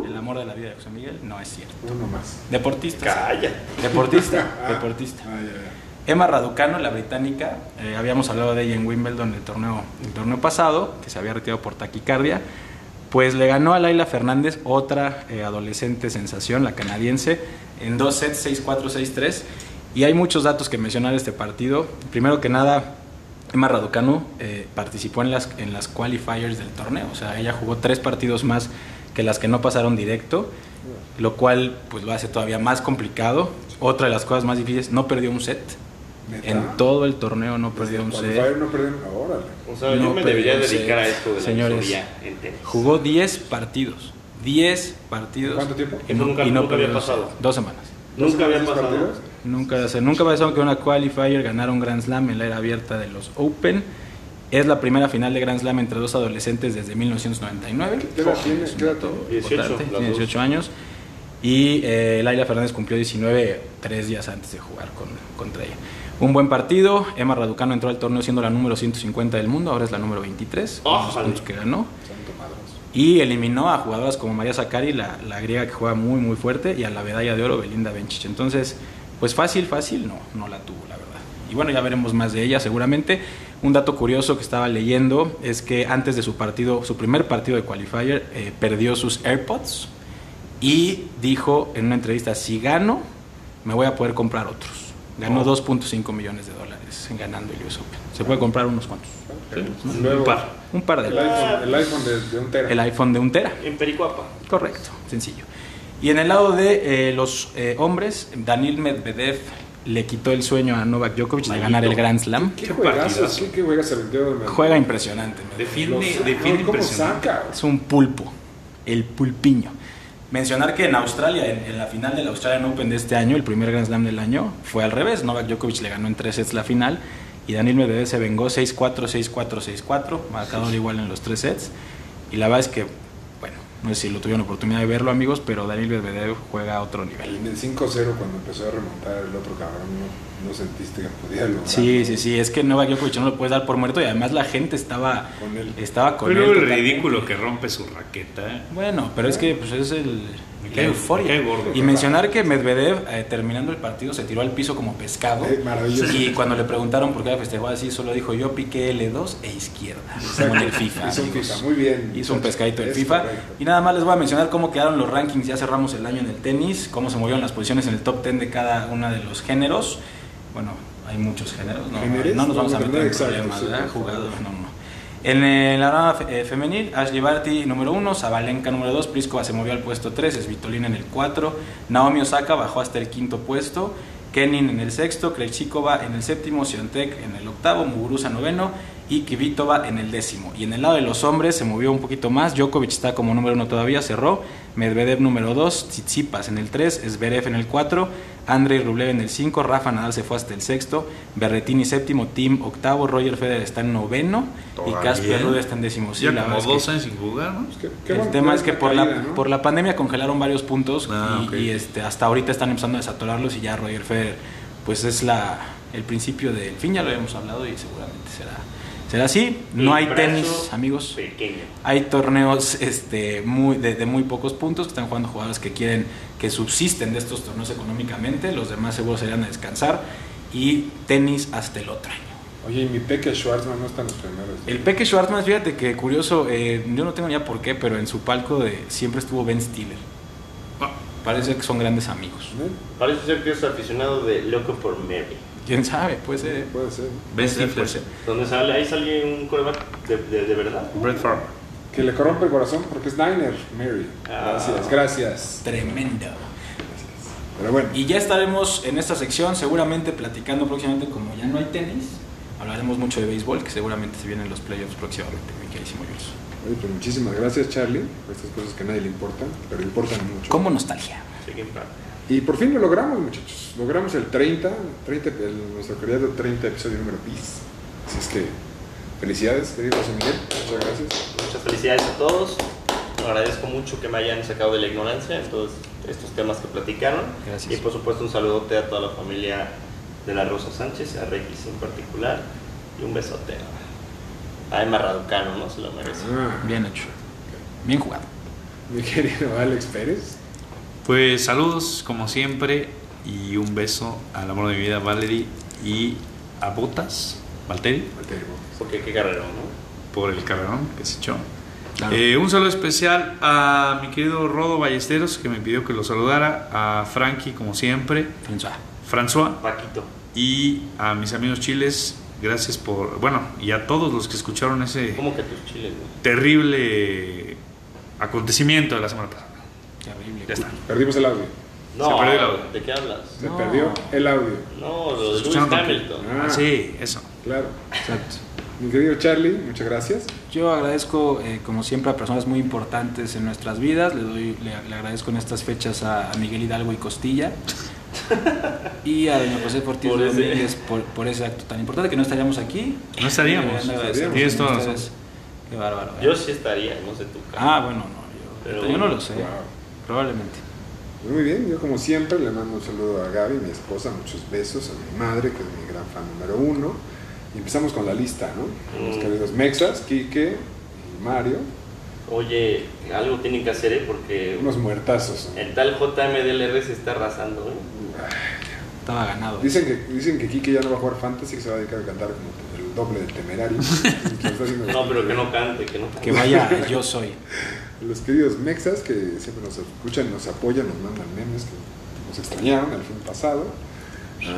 Speaker 4: el amor de la vida de José Miguel, no es cierto.
Speaker 1: Uno más.
Speaker 4: Deportista,
Speaker 2: Calla.
Speaker 4: sí. deportista, deportista.
Speaker 1: Ah, ya, ya.
Speaker 4: Emma Raducano, la británica, eh, habíamos hablado de ella en Wimbledon el torneo, el torneo pasado, que se había retirado por taquicardia, pues le ganó a Laila Fernández, otra eh, adolescente sensación, la canadiense, en dos sets, 6-4, 6-3. Y hay muchos datos que mencionar de este partido. Primero que nada, Emma Raducanu eh, participó en las, en las qualifiers del torneo, o sea, ella jugó tres partidos más que las que no pasaron directo, lo cual pues lo hace todavía más complicado. Otra de las cosas más difíciles, no perdió un set.
Speaker 1: ¿Neta?
Speaker 4: En todo el torneo no
Speaker 1: Desde
Speaker 4: perdió un
Speaker 1: qualifier
Speaker 4: set.
Speaker 1: no perdieron. Órale.
Speaker 2: O sea,
Speaker 4: No,
Speaker 2: yo me debería
Speaker 4: pero,
Speaker 2: dedicar a
Speaker 4: sí,
Speaker 2: esto de la
Speaker 4: señores.
Speaker 2: historia en tenis.
Speaker 4: Jugó 10 partidos. 10 partidos.
Speaker 1: ¿Cuánto tiempo?
Speaker 4: Y
Speaker 2: Eso
Speaker 4: no,
Speaker 2: nunca-
Speaker 4: y no
Speaker 2: nunca había
Speaker 4: perdió un set.
Speaker 2: pasado.
Speaker 4: Dos semanas.
Speaker 2: Nunca había
Speaker 1: ¿Dos
Speaker 2: pasado.
Speaker 1: partidos?
Speaker 4: Nunca, se, nunca pasó que una qualifier ganara un Grand Slam en la era abierta de los Open. Es la primera final de Grand Slam entre dos adolescentes desde 1999.
Speaker 1: ¿Qué edad tiene?
Speaker 4: Es un
Speaker 1: ¿Qué edad
Speaker 4: dato
Speaker 1: tiene?
Speaker 2: 18,
Speaker 4: importante,
Speaker 2: las
Speaker 4: tiene
Speaker 2: dos.
Speaker 4: 18 años. Y eh, Laila Fernández cumplió 19 tres días antes de jugar con, contra ella. Un buen partido. Emma Raducano entró al torneo siendo la número 150 del mundo. Ahora es la número 23. con los
Speaker 2: Ójale.
Speaker 4: puntos que ganó. Y eliminó a jugadoras como María Zacari, la, la griega que juega muy, muy fuerte, y a la medalla de oro Belinda Bencic. Entonces, pues fácil, fácil, no, no la tuvo, la verdad. Y bueno, ya veremos más de ella seguramente. Un dato curioso que estaba leyendo es que antes de su partido, su primer partido de qualifier, eh, perdió sus AirPods y dijo en una entrevista, si gano, me voy a poder comprar otros. Ganó 2.5 millones de dólares ganando el US Open. Se puede comprar unos cuantos.
Speaker 1: Luego,
Speaker 4: Un par. Un par de
Speaker 1: El iPhone, el iPhone de, de un tera.
Speaker 4: El iPhone de un tera.
Speaker 2: En Pericuapa.
Speaker 4: Correcto, sencillo. Y en el lado de eh, los eh, hombres, Daniel Medvedev le quitó el sueño a Novak Djokovic de
Speaker 2: Maldito.
Speaker 4: ganar el Grand Slam.
Speaker 1: ¿Qué
Speaker 3: Qué
Speaker 1: juegazo?
Speaker 3: partidazo.
Speaker 1: ¿Qué, qué juegas se vendió? man?
Speaker 4: Juega impresionante. Medvedev.
Speaker 1: Lo
Speaker 3: Defiende,
Speaker 1: saca,
Speaker 3: defiende
Speaker 1: ¿Cómo
Speaker 3: impresionante.
Speaker 1: saca?
Speaker 4: Es un pulpo, el pulpiño. Mencionar que en Australia, en, en la final del Australian Open de este año, el primer Grand Slam del año, fue al revés. Novak Djokovic le ganó en tres sets la final y Daniel Medvedev se vengó 6-4, 6-4, 6-4, marcador igual en los tres sets. Y la verdad es que, bueno, no sé si lo tuvieron oportunidad de verlo, amigos, pero Daniel Medvedev juega a otro nivel.
Speaker 1: En el 5-0 cuando empezó a remontar el otro cabrón, no, no sentiste que podía lograr.
Speaker 4: Sí, sí, sí, es que Novak Djokovic no lo puedes dar por muerto y además la gente estaba
Speaker 1: Con él.
Speaker 4: Estaba con
Speaker 3: Pero
Speaker 4: él
Speaker 3: el
Speaker 4: totalmente.
Speaker 3: ridículo que rompe su raqueta.
Speaker 4: Bueno, pero es que pues, es el,
Speaker 3: Me
Speaker 4: la
Speaker 3: cae-
Speaker 4: euforia.
Speaker 3: me cae gordo.
Speaker 4: y mencionar que Medvedev, eh, terminando el partido, se tiró al piso como pescado.
Speaker 1: Eh, maravilloso.
Speaker 4: Y cuando le preguntaron por qué la festejó así, solo dijo: Yo piqué L2 e izquierda. Como en el FIFA.
Speaker 1: Hizo un
Speaker 4: amigos.
Speaker 1: FIFA, muy bien.
Speaker 4: Hizo un
Speaker 1: muchachos.
Speaker 4: pescadito del
Speaker 1: Es
Speaker 4: FIFA.
Speaker 1: correcto.
Speaker 4: Y nada más les voy a mencionar cómo quedaron los rankings. Ya cerramos el año en el tenis, cómo se movieron las posiciones en el top 10 de cada uno de los géneros. Bueno, hay muchos géneros, no,
Speaker 1: ¿Géneros?
Speaker 4: no nos vamos a
Speaker 1: Vamos a
Speaker 4: meter en
Speaker 1: tener
Speaker 4: problemas,
Speaker 1: exactos,
Speaker 4: ¿verdad?
Speaker 1: sí, por favor.
Speaker 4: Jugadores, no, no. En eh, la rama fe- eh, femenil, Ashley Barty número 1, Zabalenka número 2, Pliskova se movió al puesto 3, Svitolina en el 4, Naomi Osaka bajó hasta el quinto puesto, Kenin en el sexto, Krejcikova en el séptimo, Siontek en el octavo, Muguruza noveno y Kvitova en el décimo. Y en el lado de los hombres se movió un poquito más, Djokovic está como número 1 todavía, cerró, Medvedev número 2, Tsitsipas en el 3, Zverev en el 4, Andrei Rublev en el 5, Rafa Nadal se fue hasta el sexto, Berretini séptimo, Tim octavo, Roger Federer está en noveno y
Speaker 3: Todavía.
Speaker 4: Casper Ruud está en décimo. Sí,
Speaker 3: ya
Speaker 4: la
Speaker 3: como
Speaker 4: verdad es
Speaker 3: dos
Speaker 4: que
Speaker 3: años sin jugar, ¿no?
Speaker 1: Pues Qué- qué
Speaker 4: el
Speaker 1: buen-
Speaker 4: tema es
Speaker 1: qué
Speaker 4: que por,
Speaker 1: buena
Speaker 4: la,
Speaker 1: caída, ¿no?
Speaker 4: por la pandemia congelaron varios puntos
Speaker 3: Ah,
Speaker 4: y,
Speaker 3: ok.
Speaker 4: y, este, hasta ahorita están empezando a desatorarlos y ya Roger Federer pues es la, el principio del fin, ya lo habíamos hablado y seguramente será, será así. No
Speaker 2: El
Speaker 4: hay
Speaker 2: brazo
Speaker 4: tenis, amigos.
Speaker 2: Pequeño.
Speaker 4: Hay torneos este, muy, de, de muy pocos puntos que están jugando jugadores que quieren que subsisten de estos torneos económicamente. Los demás seguro serían a descansar. Y tenis hasta el otro año.
Speaker 1: Oye, y mi Peque Schwarzman no están los primeros.
Speaker 4: El Peque Schwartzman, fíjate que curioso, eh, yo no tengo ni idea por qué, pero en su palco de siempre estuvo Ben Stiller.
Speaker 3: Ah.
Speaker 4: Parece que son grandes amigos.
Speaker 1: ¿Eh?
Speaker 2: Parece ser que es aficionado de Loco por Mary.
Speaker 4: ¿Quién sabe? Puede ser.
Speaker 1: ¿Eh?
Speaker 4: ¿eh?
Speaker 1: Puede ser.
Speaker 3: ¿Ves?
Speaker 4: puede ser.
Speaker 2: Donde sale, ahí sale un coreback de, de, de verdad.
Speaker 3: Brett Favre.
Speaker 1: Que le corrompe el corazón porque es Diner, Mary.
Speaker 2: Ah.
Speaker 1: Gracias, gracias.
Speaker 4: Tremendo.
Speaker 1: Pero bueno,
Speaker 4: Y ya estaremos en esta sección, seguramente platicando próximamente, como ya no hay tenis, hablaremos mucho de béisbol, que seguramente se vienen los playoffs próximamente, mi queridísimo Jules.
Speaker 1: oye, pues muchísimas gracias Charlie por estas cosas que a nadie le importan, pero importan mucho.
Speaker 4: Como nostalgia.
Speaker 2: Chequen para-
Speaker 1: Y por fin lo logramos muchachos, logramos el 30, 30 el- nuestro querido 30 episodio número PIS. Así es que felicidades, querido José Miguel, muchas gracias.
Speaker 2: Muchas felicidades a todos. Agradezco mucho que me hayan sacado de la ignorancia en todos estos temas que platicaron.
Speaker 4: Gracias.
Speaker 2: Y por supuesto un saludote a toda la familia de la Rosa Sánchez, a Regis en particular. Y un besote a- a Emma Raducano, ¿no? Se lo merece.
Speaker 1: Ah,
Speaker 4: Bien hecho. Bien jugado.
Speaker 1: mi querido Alex Pérez.
Speaker 3: Pues saludos, como siempre, y un beso al amor de mi vida, Valerie, y a Botas, Valteri,
Speaker 1: Valtteri Bottas.
Speaker 2: Porque qué carrerón, ¿no?
Speaker 3: por el cabrón que se echó.
Speaker 4: Claro.
Speaker 3: Eh, un saludo especial a mi querido Rodo Ballesteros, que me pidió que lo saludara, a Frankie, como siempre,
Speaker 4: François.
Speaker 3: François,
Speaker 2: Paquito.
Speaker 3: y a mis amigos chiles, gracias por, bueno, y a todos los que escucharon ese
Speaker 2: ¿Cómo que tus chiles, güey?
Speaker 3: terrible acontecimiento de la semana pasada.
Speaker 4: Terrible.
Speaker 3: Ya está.
Speaker 1: Perdimos el audio.
Speaker 2: No,
Speaker 3: perdió el audio.
Speaker 2: ¿de qué hablas?
Speaker 1: Se
Speaker 4: No.
Speaker 1: perdió el audio.
Speaker 2: No, lo de Lewis
Speaker 3: Escucharon romper.
Speaker 2: Hamilton.
Speaker 1: Ah.
Speaker 3: Ah, sí, eso.
Speaker 1: Claro.
Speaker 4: Exacto.
Speaker 1: Mi querido Charlie, muchas gracias.
Speaker 4: Yo agradezco, eh, como siempre, a personas muy importantes en nuestras vidas. Le, doy, le, le agradezco en estas fechas a, a Miguel Hidalgo y Costilla. y a doña José Ortiz
Speaker 2: Por ese-
Speaker 4: Domínguez por, por ese acto tan importante que no estaríamos aquí.
Speaker 3: No estaríamos.
Speaker 4: Deberían agradecer
Speaker 3: Tienes toda la
Speaker 4: ustedes.
Speaker 3: razón.
Speaker 4: Qué bárbaro. ¿eh?
Speaker 2: Yo sí estaría, no sé tú. cara.
Speaker 4: Ah, bueno, no. Yo,
Speaker 2: Pero
Speaker 4: yo
Speaker 2: bueno.
Speaker 4: no lo sé. Probablemente.
Speaker 1: Pues Muy bien, yo como siempre le mando un saludo a Gaby, mi esposa, muchos besos, a mi madre, que es mi gran fan número uno. Y empezamos con la lista, ¿no? Los
Speaker 2: Mm.
Speaker 1: queridos Mexas, Quique y Mario.
Speaker 2: Oye, algo tienen que hacer, ¿eh? Porque
Speaker 1: Unos muertazos. ¿no?
Speaker 2: el tal JMDLR se está arrasando, ¿eh?
Speaker 4: Estaba ganado.
Speaker 1: Dicen que, dicen que Quique ya no va a jugar fantasy, que se va a dedicar a cantar como el doble del temerario. Entonces, está haciendo-
Speaker 2: No, pero que no cante, que no cante.
Speaker 4: Que vaya, a yo soy.
Speaker 1: Los queridos mexas que siempre nos escuchan, nos apoyan, nos mandan memes que nos extrañaron el fin pasado. Ah,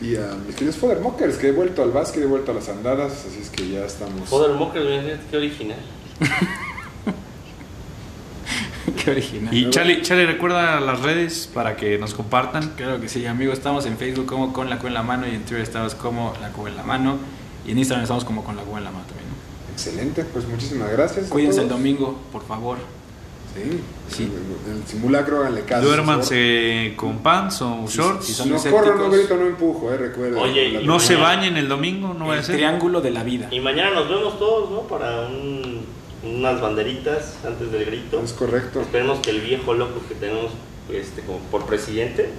Speaker 1: y a mis queridos Fodermockers que he vuelto al básquet, he vuelto a las andadas, así es que ya estamos.
Speaker 2: Joder, Mocker, mira, qué original.
Speaker 4: Qué original.
Speaker 3: Y Charlie, Charlie, recuerda las redes para que nos compartan.
Speaker 4: Claro que sí, amigos. Estamos en Facebook como con la cuba en la mano y en Twitter estamos como la cuba en la mano. Y en Instagram estamos como con la cuba en la mano también. ¿no?
Speaker 1: Excelente, pues muchísimas gracias. a
Speaker 4: Cuídense el
Speaker 1: todos.
Speaker 4: domingo, por favor.
Speaker 1: Sí,
Speaker 4: Sí.
Speaker 1: En el simulacro háganle caso.
Speaker 3: Duérmanse con pants o shorts.
Speaker 4: Si
Speaker 1: por
Speaker 4: son
Speaker 1: favor. No
Speaker 4: escépticos.
Speaker 1: corro, no grito, no empujo, eh, recuerden.
Speaker 2: Oye,
Speaker 1: La-
Speaker 3: No se bañen el domingo, no vaya a
Speaker 4: el
Speaker 3: ser.
Speaker 4: triángulo de la vida.
Speaker 2: Y mañana nos vemos todos, ¿no? Para un- unas banderitas antes del grito.
Speaker 1: Es correcto.
Speaker 2: Esperemos que el viejo loco que tenemos este, como por presidente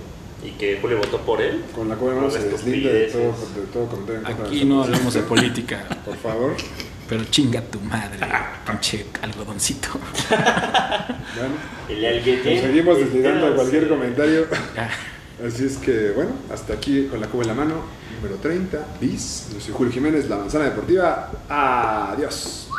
Speaker 2: y que Julio votó por él.
Speaker 1: Con la cual no
Speaker 2: no
Speaker 1: se
Speaker 2: hagas
Speaker 1: deslinde de todo,
Speaker 2: estupideces.
Speaker 1: de todo comentario en contra de
Speaker 4: Aquí
Speaker 1: nuestra
Speaker 4: no hablamos de
Speaker 1: presidenta.
Speaker 4: política,
Speaker 1: Por favor.
Speaker 4: pero chinga tu madre, pinche algodoncito.
Speaker 1: Bueno,
Speaker 2: El alguien
Speaker 1: nos seguimos deslizando a cualquier
Speaker 2: Sí.
Speaker 1: comentario.
Speaker 4: Ya.
Speaker 1: Así es que, bueno, hasta aquí con la cuba en la mano, número 30, bis. Yo soy Julio Jiménez, La Manzana Deportiva. Adiós.